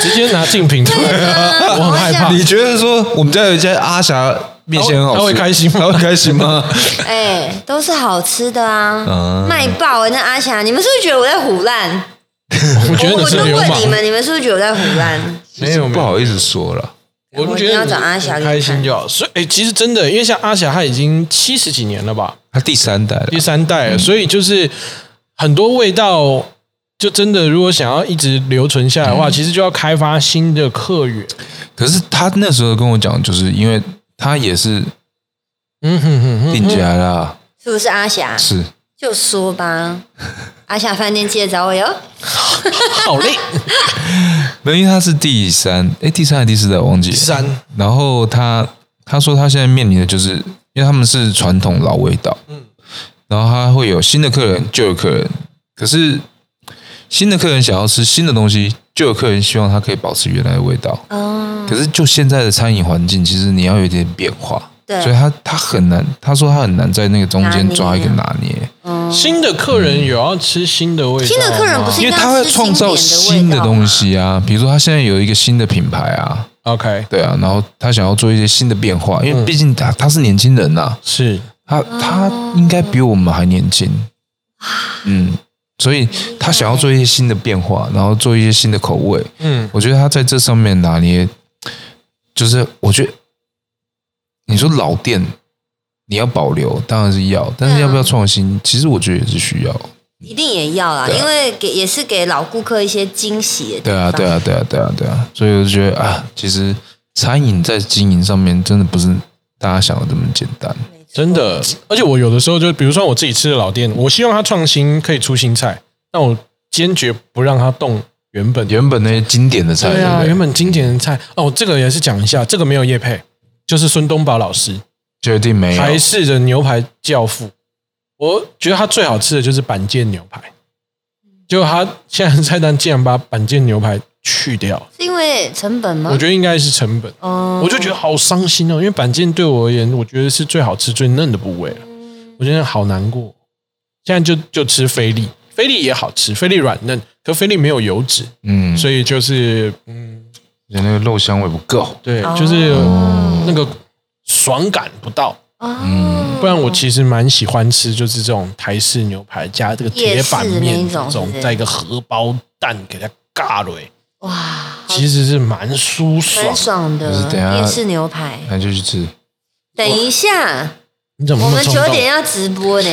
A: 直接拿竞品出来，我很害怕。
C: 你觉得说我们家有一家阿霞面线很好吃，
A: 他会他会开心吗
C: 啊他会开心 吗？
B: 哎、都是好吃的啊，
C: 嗯
B: 卖爆、欸！那阿霞，你们是不是觉得我在胡乱？
A: 我觉得
B: 我
A: 你
B: 我
A: 是
B: 就
A: 流
B: 问
A: 氓
B: 你，们，你们是不是觉得我在胡乱？
A: 没有
C: 不好意思说了。
A: 我
B: 我
A: 就
B: 一
A: 觉
B: 定
A: 得
B: 要
A: 你
B: 找阿霞给你
A: 开心
B: 看
A: 就好。所以，哎，其实真的，因为像阿霞，她已经七十几年了吧，
C: 他第三 代了
A: 第，三代了，所以就是很多味道。就真的，如果想要一直留存下来的话，其实就要开发新的客源。
C: 可是他那时候跟我讲，就是因为他也是
A: 嗯哼哼哼，
C: 定家啦，
B: 是不是阿霞？
C: 是
B: 就说吧，阿霞饭店记得找我哟。
A: 好嘞，
C: 没有，因为他是第三，哎，第三还是第四代我忘记了。
A: 三
C: 然后他他说他现在面临的就是，因为他们是传统老味道，嗯，然后他会有新的客人、旧的客人，可是新的客人想要吃新的东西，旧的客人希望他可以保持原来的味道，
B: 哦，
C: 可是就现在的餐饮环境，其实你要有点变化，
B: 对
C: 所以他他很难，他说他很难在那个中间抓一个拿捏，
B: 嗯
A: 新的客人有要吃新的味道吗，
B: 新的客人不是
C: 因为他会创造新的东西啊，比如说他现在有一个新的品牌啊，
A: OK
C: 对啊，然后他想要做一些新的变化，因为毕竟他他是年轻人啊呐、
A: 是
C: 他他应该比我们还年轻，嗯，所以他想要做一些新的变化，然后做一些新的口味。
A: 嗯
C: 我觉得他在这上面拿捏，就是我觉得你说老店你要保留当然是要，但是要不要创新，其实我觉得也是需要。
B: 一定也要啦，
C: 对啊
B: 因为给也是给老顾客一些惊喜的地
C: 对
B: 方
C: 啊，对，啊，对啊，对啊，对啊，所以我就觉得啊，其实餐饮在经营上面真的不是大家想的这么简单。
A: 真的，而且我有的时候就，比如说我自己吃的老店，我希望它创新，可以出新菜，但我坚决不让它动原本。
C: 原本那些经典的菜，
A: 对啊，
C: 不
A: 原本经典的菜哦，这个也是讲一下，这个没有叶配，就是孙东宝老师
C: 决定没有，
A: 台式的牛排教父。我觉得他最好吃的就是板腱牛排，结果他现在菜单竟然把板腱牛排去掉，
B: 是因为成本吗？
A: 我觉得应该是成本。
B: 哦，
A: 我就觉得好伤心哦，因为板腱对我而言，我觉得是最好吃、最嫩的部位了，我觉得好难过。现在就就吃菲力，菲力也好吃，菲力软嫩，可菲力没有油脂，
C: 嗯，
A: 所以就是嗯，
C: 你那个肉香味不够。
A: 对，
B: 哦
A: 就是那个爽感不到。
B: 哦，
A: 嗯不然我其实蛮喜欢吃，就是这种台式牛排加这个铁板
B: 夜市
A: 面
B: 那一种
A: 这种
B: 是不，是
A: 再一个荷包蛋给它尬了，
B: 哇，
A: 其实是蛮舒爽
B: 蛮。爽的
C: 就是等一下
B: 夜市牛排。
C: 那就去吃
B: 等一下，
A: 你怎么
B: 我
A: 那么
B: 们
A: 冲
B: 九
A: 动
B: 点要直播呢，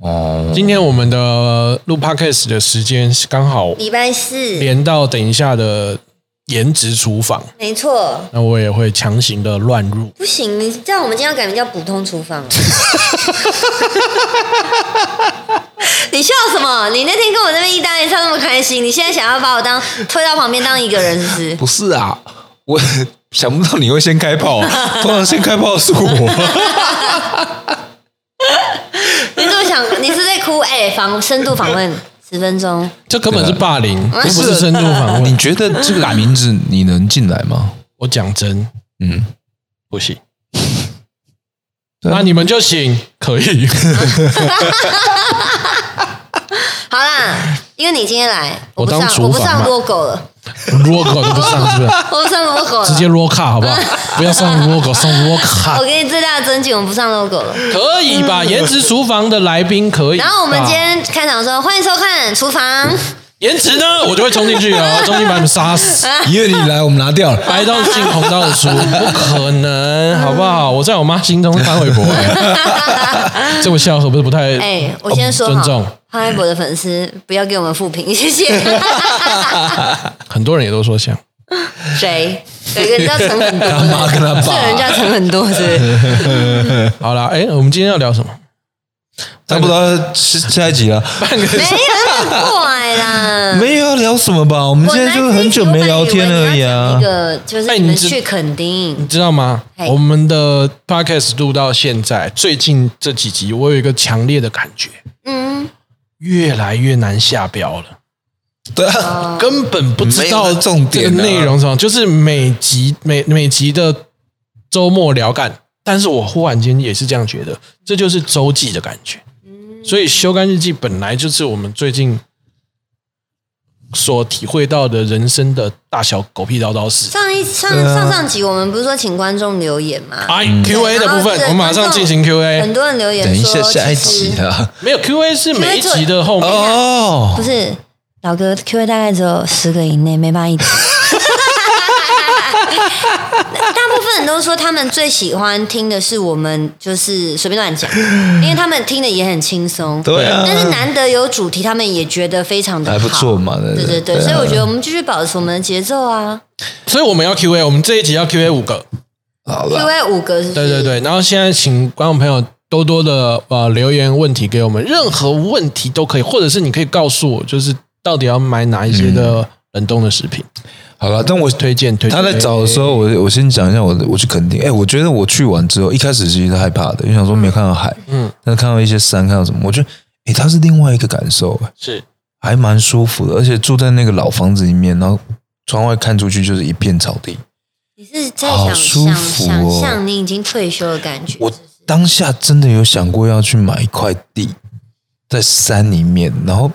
C: 哦，
A: 今天我们的录 podcast 的时间是刚好
B: 礼拜四，
A: 连到等一下的颜值厨房，
B: 没错。
A: 那我也会强行的乱入。
B: 不行，你知道我们今天要改名叫普通 厨房了。你笑什么？你那天跟我那边意大利唱那么开心，你现在想要把我当推到旁边当一个人，是不是？
C: 不是啊，我 想不到你会先开炮、啊 通常先开炮的是我。
B: 你怎么想？你是在哭？哎、访深度访问，十分钟，
A: 这根本是霸凌，
B: 嗯
A: 这不是深度访
C: 你
A: 问。
C: 觉得这个名字你能进来吗？
A: 我讲真，
C: 嗯，
A: 不行。
C: 对啊
A: 那你们就 行，可以。
B: 好啦，因为你今天来，我
A: 我
B: 不
A: 当
B: 上，
A: 厨
B: 我不
A: 房
B: 上
A: 嘛
B: logo 了，
A: logo 都不上是不是？
B: 我不上 logo 了，
A: 直 接 logo 好
B: 嗯
A: 不好？不要上 logo，上 logo
B: 我给你最大的尊敬，我们不上 logo 了。
A: 可以吧？颜值厨房的来宾可以吧。
B: 嗯然后我们今天开场说，欢迎收看厨 房，
A: 颜值呢，我就会冲进去 哦，冲进去把你们杀死。
E: 一月你来，我们拿掉了。
A: 白道进红道 的书，不可能，好不好？我在我妈心中是潘玮柏、 哎这么笑是不是不太？
B: 哎，我先说
A: 哦尊
B: 好
A: 重，
B: 潘玮柏的粉丝不要给我们负评，谢谢。
A: 很多人也都说像，
B: 谁？有一个人叫陈很多，
E: 他妈跟他
B: 这个人
E: 爸，
B: 叫陈很多，是不是？
A: 好啦，哎、我们今天要聊什么？
C: 差不多是下一集了，
B: 没有那么怪啦。
C: 没有要聊什么吧？我们
B: 我
C: 现在就
B: 来
C: 很久没聊天而已
B: 自己原本以为你要讲一
C: 啊。
B: 个就是
A: 哎
B: 你们
A: 你知
B: 去垦丁
A: 你，知道吗？
B: 嘿
A: 我们的 podcast 录到现在，最近这几集，我有一个强烈的感觉，
B: 嗯，
A: 越来越难下标了。
C: 对
B: 呃
C: 啊，
A: 根本不知道
C: 没有重点啊
A: 这个内容是什么，就是每集每每集的周末聊干，但是我忽然间也是这样觉得，这就是周记的感觉。所以修干日记本来就是我们最近所体会到的人生的大小狗屁叨叨
C: 嗯
A: 事。
B: 上一上
C: 啊
B: 上上集我们不是说请观众留言吗？
A: 哎，Q A 的部分，
B: 然后这个
A: 我们马上进行 Q
B: 很
A: A。
B: 多人留言
E: 等一下
B: 说，
E: 下一
B: 其实
E: 集啊。
A: 没有 Q A 是每一集的后面，
C: 哦
B: 不，是老哥 Q&A 大概只有十个以内，没办法一 起。大部分人都说他们最喜欢听的是我们就是随便乱讲，因为他们听的也很轻松。
C: 对啊
B: 但是难得有主题，他们也觉得非常的
C: 还不错。嘛。
B: 对对对，
C: 啊
B: 所以我觉得我们继续保持我们的节奏啊。
A: 所以我们要 Q A，我们这一集要 Q A 五个。
C: 好
B: Q
C: 了，
B: A 五个是不
A: 对对
B: 是？
A: 对，然后现在请观众朋友多多的呃留言问题给我们，任何问题都可以，或者是你可以告诉我，就是到底要买哪一些的冷冻的食品，
C: 好了，但我
A: 嗯推荐推荐。
C: 他在找的时候，我我先讲一下我的我去垦丁。哎、我觉得我去完之后，一开始其实是害怕的，因为想说没有看到海，
A: 嗯
C: 嗯，但是看到一些山，看到什么，我觉得，哎、它是另外一个感受，哎
A: 是
C: 还蛮舒服的。而且住在那个老房子里面，然后窗外看出去就是一片草地，
B: 你是在想
C: 好舒
B: 想
C: 服
B: 想
C: 哦
B: 象你已经退休的感觉。
C: 我当下真的有想过要去买一块地，在山里面，然后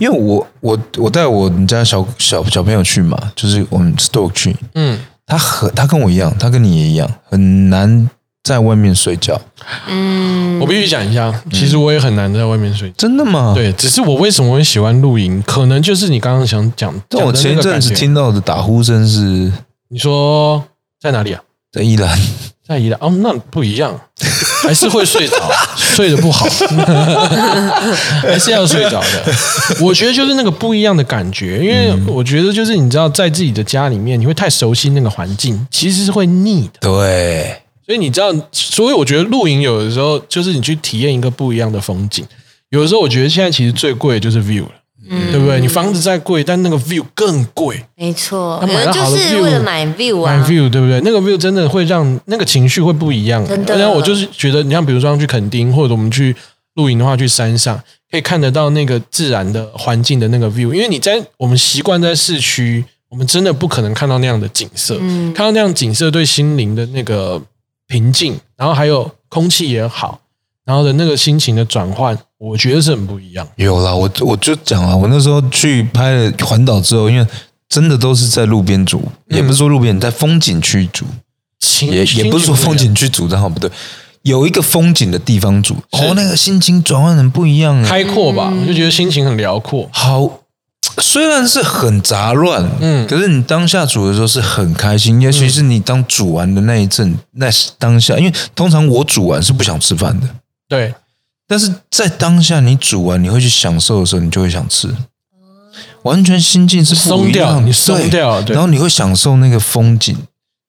C: 因为我我我带我们家小小小朋友去嘛，就是我们 Stoke 去，
A: 嗯，
C: 他和他跟我一样，他跟你也一样，很难在外面睡觉，
A: 哦
B: 嗯
A: 我必须讲一下，其实我也很难在外面睡觉。
C: 真的吗？，
A: 对，只是我为什么会喜欢露营，可能就是你刚刚想讲。
C: 但我
A: 讲的
C: 前
A: 那
C: 一
A: 个
C: 阵子
A: 感觉
C: 听到的打呼声是
A: 你说在哪里啊？
C: 在宜 兰，
A: 在宜兰哦，那不一样，还是会睡着，睡得不好，还是要睡着的。我觉得就是那个不一样的感觉，因为我觉得就是你知道，在自己的家里面，你会太熟悉那个环境，其实是会腻的。
C: 对，
A: 所以你知道，所以我觉得露营有的时候就是你去体验一个不一样的风景。有的时候我觉得现在其实最贵的就是 view 了，对不对？你房子再贵，但那个 view 更贵。
B: 嗯没错，
A: 他
B: 有
A: 买
B: 人
A: 了
B: 就
A: 好的
B: 是为
A: view，
B: 了买 view
A: 买
B: 啊，
A: view 对不对？那个 view 真的会让那个情绪会不一样。
B: 真的
A: 然后我就是觉得，你像比如说像去垦丁，或者我们去露营的话，去山上可以看得到那个自然的环境的那个 view，因为你在我们习惯在市区，我们真的不可能看到那样的景色。
B: 嗯
A: 看到那样景色，对心灵的那个平静，然后还有空气也好，然后的那个心情的转换，我觉得是很不一样。
C: 有啦，我我就讲了，我那时候去拍了环岛之后，因为真的都是在路边煮，也不是说路边，在风景区煮，
A: 情
C: 也也不是说风，
A: 心情
C: 景区煮，但好不对，有一个风景的地方煮，哦，那个心情转换很不一样
A: 不一
C: 哎，
A: 样开阔
B: 嗯
A: 吧，我就觉得心情很辽阔。
C: 好。虽然是很杂乱，
A: 嗯
C: 嗯，可是你当下煮的时候是很开心，尤其是你当煮完的那一阵，
A: 嗯
C: 那当下，因为通常我煮完是不想吃饭的，
A: 对，
C: 但是在当下你煮完，你会去享受的时候，你就会想吃，完全心境是不一
A: 松掉
C: 样的，
A: 你松
C: 对
A: 掉了对
C: 然后你会享受那个风景。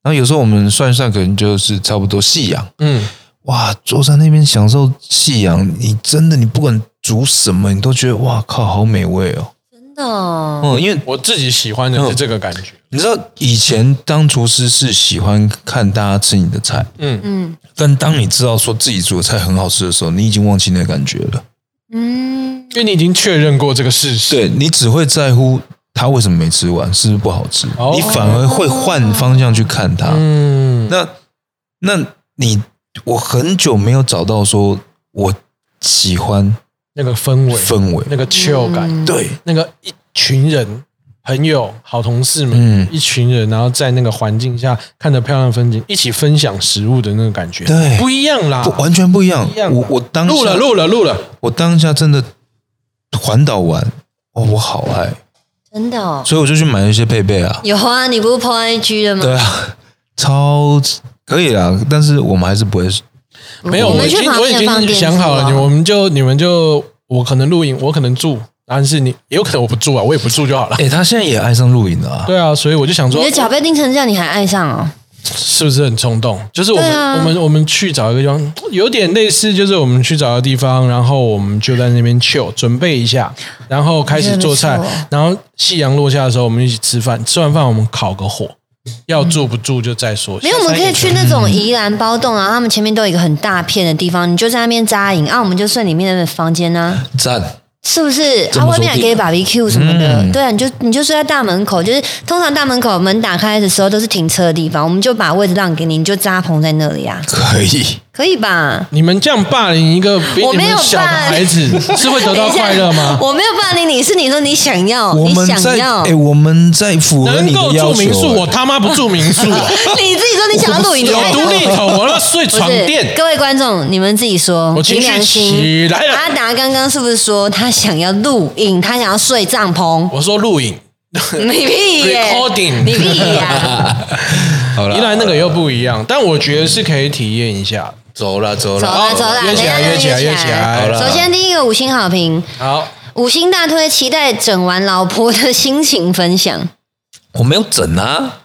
C: 然后有时候我们算一算，可能就是差不多夕阳，
A: 嗯，
C: 哇，坐在那边享受夕阳，你真的你不管煮什么，你都觉得哇靠，好美味哦。
B: 真的哦。
C: 嗯，因为
A: 我自己喜欢的是这个感觉。
C: 你知道以前当厨师是喜欢看大家吃你的菜，
A: 嗯，
B: 嗯
C: 但当你知道说自己煮的菜很好吃的时候，你已经忘记那个感觉了。
B: 嗯，
A: 因为你已经确认过这个事实。
C: 对你只会在乎他为什么没吃完，是不是不好吃，
A: 哦
C: 你反而会换方向去看他。
A: 嗯，
C: 那那你我很久没有找到说我喜欢
A: 那个氛围，
C: 氛围，
A: 那个 chill 感，
B: 嗯
C: 对，
A: 那个一群人朋友、好同事们，
C: 嗯
A: 一群人，然后在那个环境下看着漂亮的风景，一起分享食物的那个感觉，
C: 对
A: 不一样啦
C: 不。完全不一样
A: 啊不一。样啦
C: 我我当下
A: 录了，录了，录了。
C: 我当下真的环岛玩，哦，我好爱，
B: 真的哦，
C: 所以我就去买一些配备啊，
B: 有啊，你不是 PO IG 了吗？
C: 对啊，超可以啊，但是我们还是不会
A: 没有，
B: 我
A: 我
B: 们
A: 已
B: 去
A: 经
B: 旁
A: 我已
B: 边放
A: 经
B: 电
A: 想好
B: 视
A: 了，
B: 啊
A: 你我们就你们就我可能录影，我可能住，但是你也有可能我不住啊，我也不住就好了。
C: 哎、他现在也爱上录影了、啊。
A: 对啊，所以我就想说
B: 你的，脚被钉成这样，你还爱上哦？
A: 是不是很冲动？就是我们、
B: 对啊
A: 我们我们去找一个地方，有点类似，就是我们去找个地方，然后我们就在那边 chill，准备一下，然后开始做菜
B: 真的不错，
A: 然后夕阳落下的时候，我们一起吃饭，吃完饭我们烤个火，要住不住就再说。
B: 没有，我们可以去 那种宜兰包栋啊，他们前面都有一个很大片的地方，你就在那边扎营啊，我们就睡里面的房间啊，
C: 赞，
B: 是不是？
C: 这
B: 啊，
C: 么
B: 外面还可
C: 说对
B: 以 barbecue 什么的，
C: 嗯
B: 对啊，你就你就睡在大门口，就是通常大门口门打开的时候都是停车的地方，我们就把位置让给你，你就扎棚在那里啊，
C: 可以。
B: 可以吧？
A: 你们这样霸凌一个比
B: 我
A: 你
B: 没
A: 们
B: 有
A: 小的
B: 霸凌
A: 孩子， 是会得到快乐吗？
B: 我没有霸凌你，是你说你想要，哦
C: 我
B: 你
C: 们在
B: 想要，
C: 哎、我们在符合
A: 能
C: 你的
A: 够住
C: 要求、
A: 民宿，
C: 哎
A: 我他妈不住民宿 啊！
B: 你自己说你想要露营，你
A: 有
B: 爱
A: 独立头，我要睡
B: 不
A: 床
B: 是
A: 垫。
B: 各位观众，你们自己说，
A: 我情绪
B: 凭良心
A: 起来了
B: 阿达刚刚是不是说他想要露营，他想要睡 帐篷？
A: 我说录影
B: 你屁耶、
A: recording，
B: 你屁 呀、
C: 好了，
A: 宜兰那个又不一样，但我觉得是可以体验一下。
C: 走了走
B: 走
C: 了，
B: 啦
A: 好
B: 走啦，
A: 约起来
B: 等一下
A: 约起来
B: 就
A: 约起来好啦
B: 首先第一个五星好评，
A: 好，
B: 五星大推，期待整完老婆的心情分享。
C: 我没有整啊，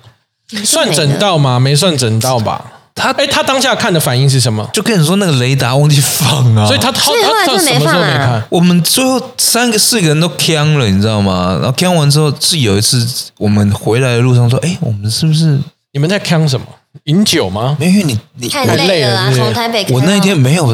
A: 算整到吗？没算整到吧？
C: 他
A: 哎，他当下看的反应是什么？
C: 就跟你说那个雷达忘记放啊，
A: 所以他他
B: 所以后
A: 他他
B: 来真
A: 什
B: 的没
A: 么时候
B: 放
A: 没
B: 啊
A: 看？
C: 我们最后三个四个人都呛了，你知道吗？然后呛完之后是有一次我们回来的路上说，哎、我们是不是
A: 你们在看什么？饮酒吗？
C: 没有？因为你你
B: 太
A: 累
B: 累了啊，
A: 是不是
B: 从台北开
C: 我
B: 到
C: 那一天没有，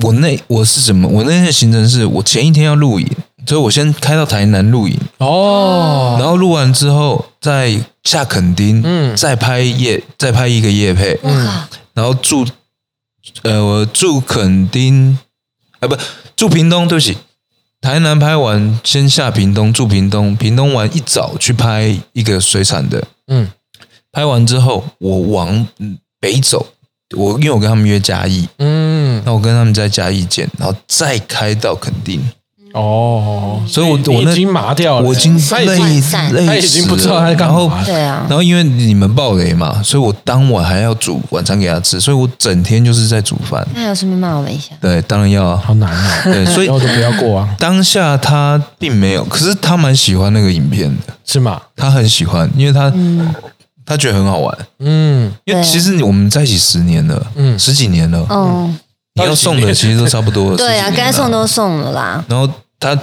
C: 我那我是怎么？我那天的行程是我前一天要露营，所以我先开到台南露营，
A: 哦，
C: 然后录完之后再下垦丁，
A: 嗯
C: 再拍夜，再拍一个夜配，
B: 我靠，
C: 然后住，呃，我住垦丁，啊，不住屏东，对不起，台南拍完先下屏东住屏东，屏东完一早去拍一个水产的，
A: 嗯，
C: 拍完之后我往嗯北走，我因为我跟他们约嘉义，
A: 嗯，
C: 那我跟他们在嘉义见，然后再开到垦丁，
A: 哦，
C: 所以我
A: 你
C: 我
A: 你
C: 那
A: 已经麻掉了，
C: 我已经
B: 他已
C: 累
B: 经涣散
C: 累
A: 他已经
C: 死
A: 不知道
C: 了
A: 他在干
C: 然后
A: 嘛。
B: 对啊
C: 然，后因为你们爆雷嘛，所以我当晚还要煮晚餐给他吃，所以我整天就是在煮饭。
B: 那还有顺便骂我们一下。
C: 对，当然要啊。
A: 好难哦。
C: 对，所以
A: 以后都不要过啊，
C: 当下他并没有，可是他蛮喜欢那个影片的，
A: 是吗？
C: 他很喜欢，因为他、他觉得很好玩。
A: 嗯，
C: 因
B: 嗯对
C: 为
B: 啊
C: 其实我们在一起十年了，
A: 嗯
C: 十几年了，
B: 哦，
C: 你要送的其实都差不多了。
B: 对啊
C: 十，几年了
B: 该送。都送了啦。
C: 然后他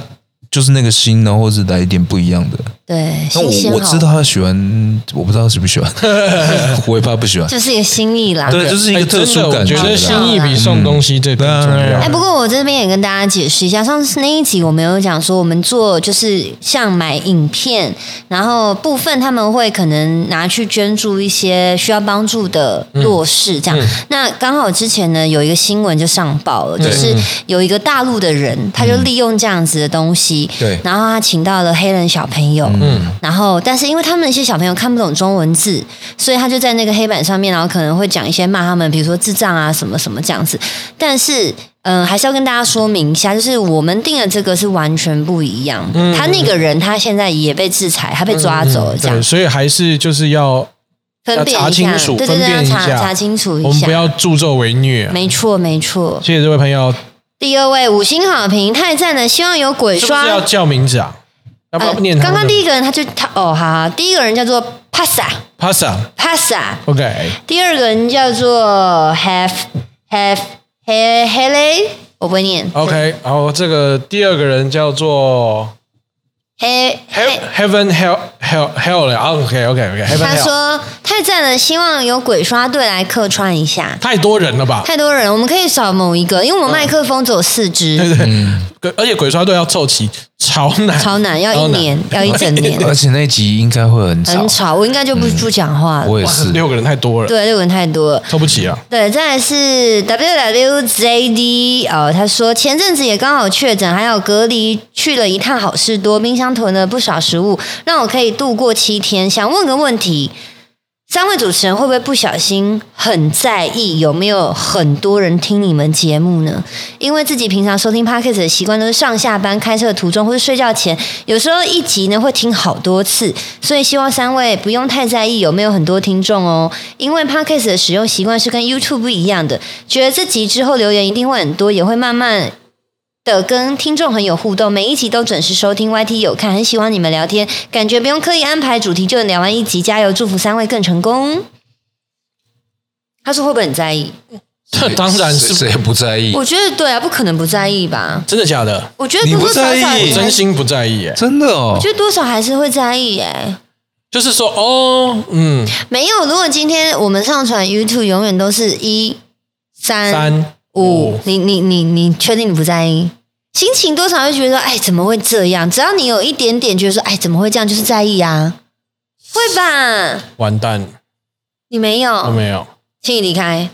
C: 就是那个心，然后或者来一点不一样的。
B: 对，
C: 那
B: 新鲜
C: 我我
B: 好
C: 知道他喜欢，嗯我不知道他喜不喜欢， 我也怕不喜欢。
B: 就是一个心意啦。
C: 对，就是一
A: 哎
C: 个特殊
A: 真的
C: 感
A: 我觉
C: 啦
A: 得心意比送东西这更重
C: 嗯当然
B: 哎，
A: 要。
B: 不过我这边也跟大家解释一下，上次那一集我们有讲说，我们做就是像买影片，然后部分他们会可能拿去捐助一些需要帮助的弱势这样。那刚好之前呢有一个新闻就上报了，就是有一个大陆的人，他就利用这样子的东西，
C: 对
B: 然后他请到了黑人小朋友，
A: 嗯
B: 然后但是因为他们那些小朋友看不懂中文字，所以他就在那个黑板上面，然后可能会讲一些骂他们，比如说智障啊什么什么这样子。但是，嗯、还是要跟大家说明一下，就是我们定的这个是完全不一样的。
A: 嗯
B: 他那个人他现在也被制裁，他被抓走了，这样、
A: 对，所以还是就是要
B: 分辨
A: 嗯要查
B: 一
A: 清
B: 下，
A: 楚
B: 对对
A: 分
B: 对，
A: 辨
B: 要
A: 一
B: 查
A: 下
B: 查清楚
A: 我
B: 一
A: 们
B: 下
A: 不。要助纣为虐啊。
B: 没错，没错。
A: 谢谢这位朋友，
B: 第二位五星好评，太赞了！希望有鬼
A: 是不
B: 刷
A: 是。要叫名字啊？要不要
B: 呃
A: 念他
B: 刚
A: 们的？
B: 刚第一个人他就他哦，好好，第一个人叫做 Pasa
A: pasta
B: Pasa，
A: OK，
B: 第二个人叫做 Have Have He Hele，我不会念。
A: OK，然后这个第二个人叫做
B: 嘿，
A: He- Heaven hell hell hell 了，OK OK OK。Heaven
B: 他
A: hell
B: 说太赞了，希望有鬼刷队来客串一下。
A: 太多人了吧？
B: 太多人，我们可以找某一个，因为
A: 嗯
B: 我们麦克风只有四支，
A: 鬼而且鬼刷队要凑齐，超难，
B: 超难，要一年，要一整年，
C: 而且那一集应该会很吵
B: 很，吵。我应该就
A: 嗯
B: 不不讲话
C: 我
B: 了。
C: 也
A: 哇
C: 是，
A: 六个人太多了，
B: 对，六个人太多了。
A: 凑不齐啊。
B: 对，再来是 WWZD 哦，他说前阵子也刚好确诊，还有隔离，去了一趟好事多，冰箱囤了不少食物，让我可以度过七天。想问个问题，三位主持人会不会不小心很在意有没有很多人听你们节目呢？因为自己平常收听 podcast 的习惯都是上下班、开车的途中或是睡觉前，有时候一集呢会听好多次，所以希望三位不用太在意有没有很多听众哦。因为 podcast 的使用习惯是跟 YouTube 不一样的，觉得这集之后留言一定会很多，也会慢慢的跟听众很有互动，每一集都准时收听 YT 有看，很喜欢你们聊天，感觉不用刻意安排主题就能聊完一集，加油，祝福三位更成功。他说会不会很在意？
A: 这 当然是
C: 谁谁不在意？
B: 我觉得对啊，不可能不在意吧？
A: 真的假的？
B: 我觉得
C: 你
B: 多
C: 不
B: 多少少
C: 在意
B: 还
A: 真心不在意耶，
C: 真的哦
B: 我，觉得多少还是会在意哎、
A: 就是说哦，嗯，
B: 没有，如果今天我们上传 YouTube，永远都是一三
A: 三
B: 五
C: 哦
A: 五，
B: 你你你你确定你不在意？心情多少会觉得说，哎，怎么会这样？只要你有一点点觉得说，哎，怎么会这样，就是在意啊，会吧？
A: 完蛋，
B: 你没
A: 我
B: 有，
A: 没有，
B: 请你离开。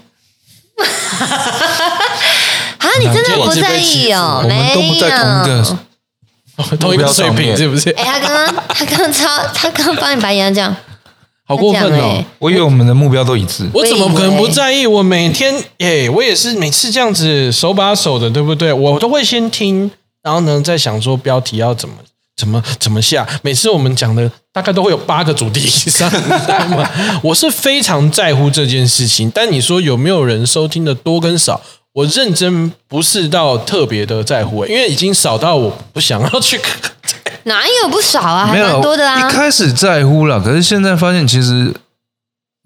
B: 啊，你真的不在意哦？
C: 我
B: 没
C: 们
B: 有
C: 都。不在同一
B: 哦
C: 个，
A: 同一个水平是不是？
B: 哎，他刚刚他刚刚超，他刚刚帮你白眼这样，
A: 好过分
B: 他这样
A: 哦
B: 哎！
C: 我以为我们的目标都一致。
A: 我怎么可能
B: 我以
A: 不
B: 为
A: 在意？我每天，哎、我也是每次这样子手把手的，对不对？我都会先听，然后呢，再想说标题要怎么怎么怎么下。每次我们讲的大概都会有八个主题以上，你知道吗？我是非常在乎这件事情，但你说有没有人收听的多跟少？我认真不是到特别的在乎、因为已经少到我不想要去看。
B: 哪有不少啊？还
C: 没有
B: 蛮多的
C: 一
B: 啊。
C: 开始在乎了，可是现在发现其实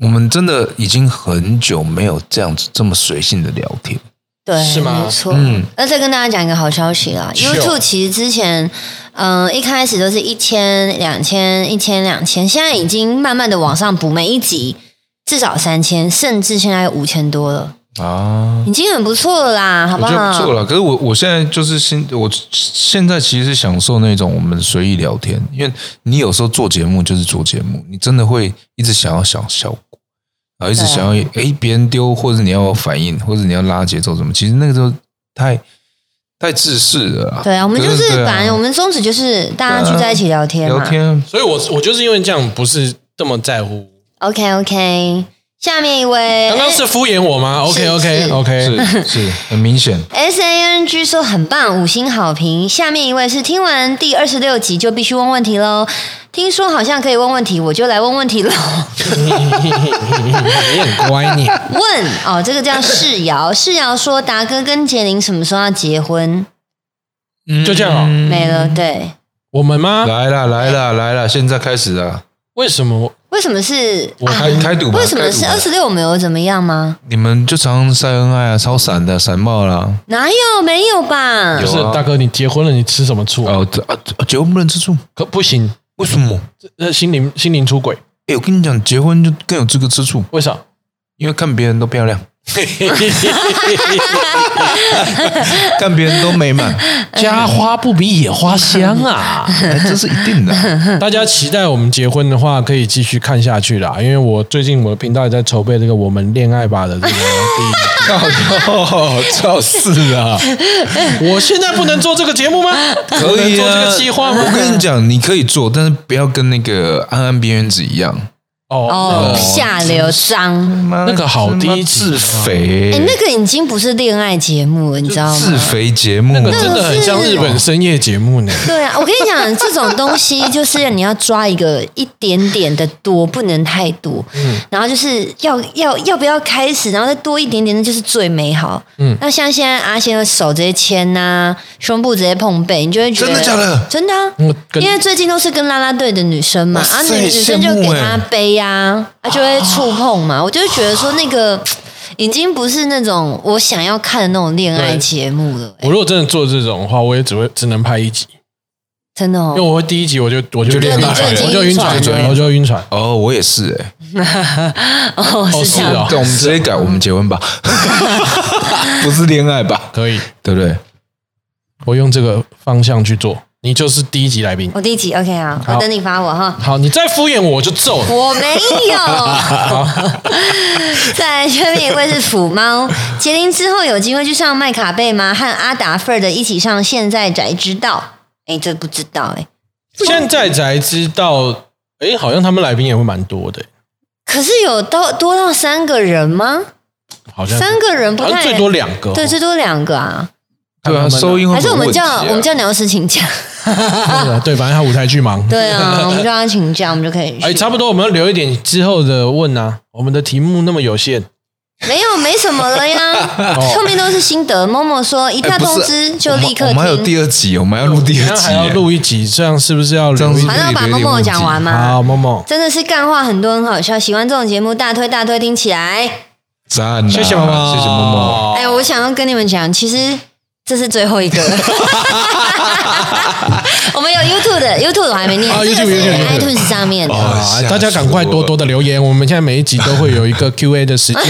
C: 我们真的已经很久没有这样子这么随性的聊天。
B: 对，
A: 是吗
B: 没错。
C: 嗯
B: 那再跟大家讲一个好消息啦
A: 是哦
B: ，YouTube 其实之前，嗯、一开始都是一千、两千、一千、两千，现在已经慢慢的往上补，每一集至少三千，甚至现在五千多了，
C: 啊，
B: 已经很不错了啦，好
C: 我觉
B: 好？
C: 得不错了。可是我我现在就是现我现在其实是享受那种我们随意聊天，因为你有时候做节目就是做节目，你真的会一直想要想效果，然后一直
B: 对啊
C: 想要诶别人丢，或者你要有反应，或者你要拉节奏什么，其实那个时候太太自私了啦。
B: 对啊，我们就
C: 真
B: 是
C: 的对啊
B: 反正、我们宗旨就是大家聚在一起聊天嘛。
C: 聊天
A: 所以我我就是因为这样不是这么在乎。
B: OK OK，下面一位
A: 刚刚是敷衍我吗？OK
B: 是是
A: OK OK，
C: 是是很明显。
B: S A N G 说很棒，五星好评。下面一位是听完第二十六集就必须问问题喽。听说好像可以问问题，我就来问问题喽。
A: 你很乖你。
B: 问哦，这个叫世 瑶。世瑶说达哥跟杰宁什么时候要结婚？
A: 就这样哦
C: 嗯
B: 没了。对，
A: 我们吗？
C: 来了来了来了，现在开始了。
A: 为什么我？
B: 为什么是？
A: 我
B: 啊
C: 开开赌吧，
B: 为什么是
C: 开赌吧
B: 二十六没有怎么样吗？
C: 你们就常常晒恩爱啊，超闪的闪爆啦。
B: 哪有？没有吧
A: 不？
C: 有
A: 是
C: 啊
A: 大哥，你结婚了，你吃什么醋啊？
C: 哦，这啊这啊结婚不能吃醋，
A: 可不行，
C: 为什么？
A: 呃，心灵心灵出轨，
C: 哎，我跟你讲，结婚就更有资格吃醋，
A: 为啥？
C: 因为看别人都漂亮，看别人都美满，
A: 家花不比野花香 啊！
C: 哎这是一定的。
A: 大家期待我们结婚的话，可以继续看下去啦。因为我最近我的频道也在筹备这个我们恋爱吧的这个第
C: 哦，就是啊，
A: 一，我现在不能做这个节目吗？
C: 可
A: 不能
C: 以
A: 做这
C: 啊。
A: 个计划
C: 我
A: 吗？
C: 跟你讲，你可以做，但是不要跟那个安安边缘子一样。
A: 哦，
B: 哦，下流脏。
C: 妈
A: 那个好低级啊
C: 自肥
B: 哎，，那个已经不是恋爱节目了，你知道吗？
C: 自肥节目，
A: 那个真的很像日本深夜节目呢。
B: 对啊，我跟你讲，这种东西就是你要抓一个一点点的多，不能太多。
C: 嗯
B: 然后就是要要要不要开始，然后再多一点点，那就是最美好。嗯，那像现在阿仙的手直接牵呐、胸部直接碰背，你就会觉得
C: 真的假的
B: 真的啊、
A: 我跟
B: 因为最近都是跟啦啦队的女生嘛，
C: 哇
B: 啊，
C: 塞
B: 女女生就
C: 羡慕
B: 给
C: 欸
B: 她背啊，她就会触碰嘛。
C: 啊
B: 我就会觉得说，那个已经不是那种我想要看的那种恋爱
A: 对
B: 节目了、
A: 我如果真的做这种的话，我也只会只能拍一集。
B: 真的
A: 因为
B: 哦，
A: 我第一集我就我就
C: 就练
A: 晕
C: 到
A: 船，
C: 了
A: 我就晕
B: 就已经
A: 船，
B: 晕船了
A: 我就晕船。
C: 哦，我也是哎、
B: 哦是这
A: 是哦
B: 样，
C: 对，我们直接改，我们结婚吧， 不是恋爱吧？
A: 可以，
C: 对不对？
A: 我用这个方向去做，你就是第一集来宾。
B: 我第一集 OK 啊，
A: 好
B: 我等你发我哈。
A: 好，你再敷衍我我就揍你。
B: 我没 有。再来，下面一位是腐猫。杰林之后有机会去上麦卡贝吗？和阿达菲尔的一起上《现在宅之道》？哎，这不知道哎、
A: 现在才知道，哎，好像他们来宾也会蛮多的，
B: 可是有到多到三个人吗？
A: 好像
B: 三个人不
A: 好
C: 啊
A: 像
B: 太
A: 最多两个哦，
B: 对，最多两个啊。
C: 对啊，收音会
B: 还
C: 不
B: 是
C: 会
B: 我们
C: 有
B: 叫、
C: 问题啊
B: 我们叫鸟屎请假？
A: 对 对，反正他舞台剧忙。
B: 对啊，我们叫他请假，我们就可以去。
A: 哎，差不多，我们要留一点之后的问啊。我们的题目那么有限，
B: 没有，没什么了 呀。后面都是心得。默默说，一
C: 哦哎
B: 看
C: 不
B: 通
C: 是
B: 知就
C: 我们
B: 立刻
C: 我
B: 听。
C: 们还有第二集，我们要录第二
A: 那
C: 集
A: 还
C: 耶，
A: 要录一集，这样是不是要
C: 啊这样
A: 留
C: 是
A: 一
C: 不
B: 好
A: 集？
C: 是
B: 那要把默默讲完吗？
A: 好，某某，
B: 真的是干话很多，很好笑。喜欢这种节目，大推大推，听起来。
C: 赞啊，
A: 谢谢某某，
C: 谢谢默默。
B: 哎、我想要跟你们讲，其实这是最 后一个了。我们有 YouTube 的，YouTube 我还没念，
A: 啊
B: 这个
A: YouTube
B: 是
A: YouTube
B: iTunes 上面的。
C: 哦
A: 啊
C: 吓死
A: 大家赶快
C: 我了
A: 多多的留言，我们现在每一集都会有 一个 Q&A 的时间。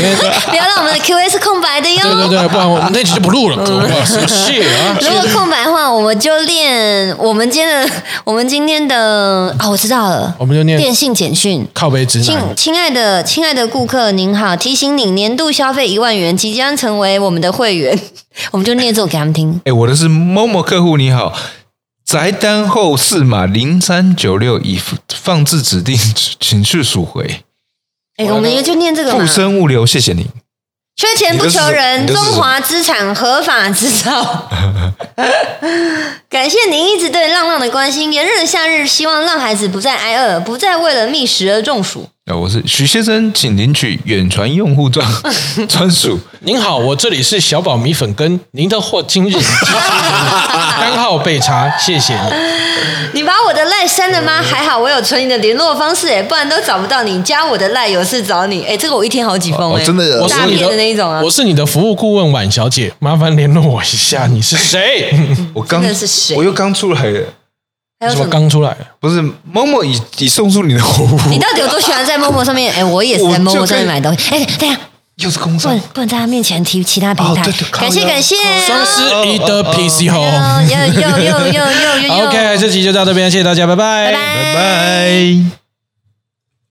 B: 不要让我们的 Q&A 是空白的哟。
A: 对对对，不然我们那集就不录了。
C: 嗯
A: 哇什么戏啊？
B: 如果空白的话，我们就练我们今天的我们今天的啊，我知道了，
A: 我们就念
B: 电信简讯。
A: 靠背直
B: 亲
A: 男，
B: 亲爱的亲爱的顾客您好，提醒你年度消费一万元即将成为我们的会员， 我们就念这首给他们 听。
C: 哎，我的是某某客户，你好。宅单后四码零三九六已放置指定，请去赎回。
B: 哎、我们就念这个嘛
C: 附。身物流，谢谢您。
B: 缺钱不求人，
C: 你的是
B: 中
C: 什么
B: 华资产合法制 造。感谢您一直对浪浪的关心。炎热的夏日，希望浪孩子不再挨饿，不再为了觅食而中暑。
C: 呃，我是许先生，请领取远传用 户专专属。
A: 您好，我这里是小宝米粉羹，您的货今日 已经单号被查，谢谢你。
B: 你把我的赖删了
C: 嗯
B: 吗？还好我有存你的联络方式、哎，不然都找不到你。加我的赖有事找你。哎、这个我一天好几封
C: 哦
B: 哎、
C: 真的
A: 我
B: 诈
A: 是你
B: 骗的那一种啊
A: 我。是你的服务顾问婉小姐，麻烦联络我一下，你是谁？
C: 我刚
B: 真的是谁
C: 我又刚出来了，
B: 还
A: 怎
B: 有什
A: 么
B: 么？
A: 刚出来？
C: 不是某某已已送出你的货物，
B: 你到底有多喜欢在陌陌上面？哎、我也是在陌陌上面买东西。哎、等一下，
C: 又是工
B: 不
C: 伤
B: 能。不能在他面前提其他平台。
C: 哦对对靠哦
B: 感谢
C: 腰
B: 感谢。
A: 双十一的 PC
B: 哦
A: 哦。
B: 又又又又又又又。
A: OK，这集就到这边，谢谢大家，拜拜，
B: 哎拜拜
C: 拜拜。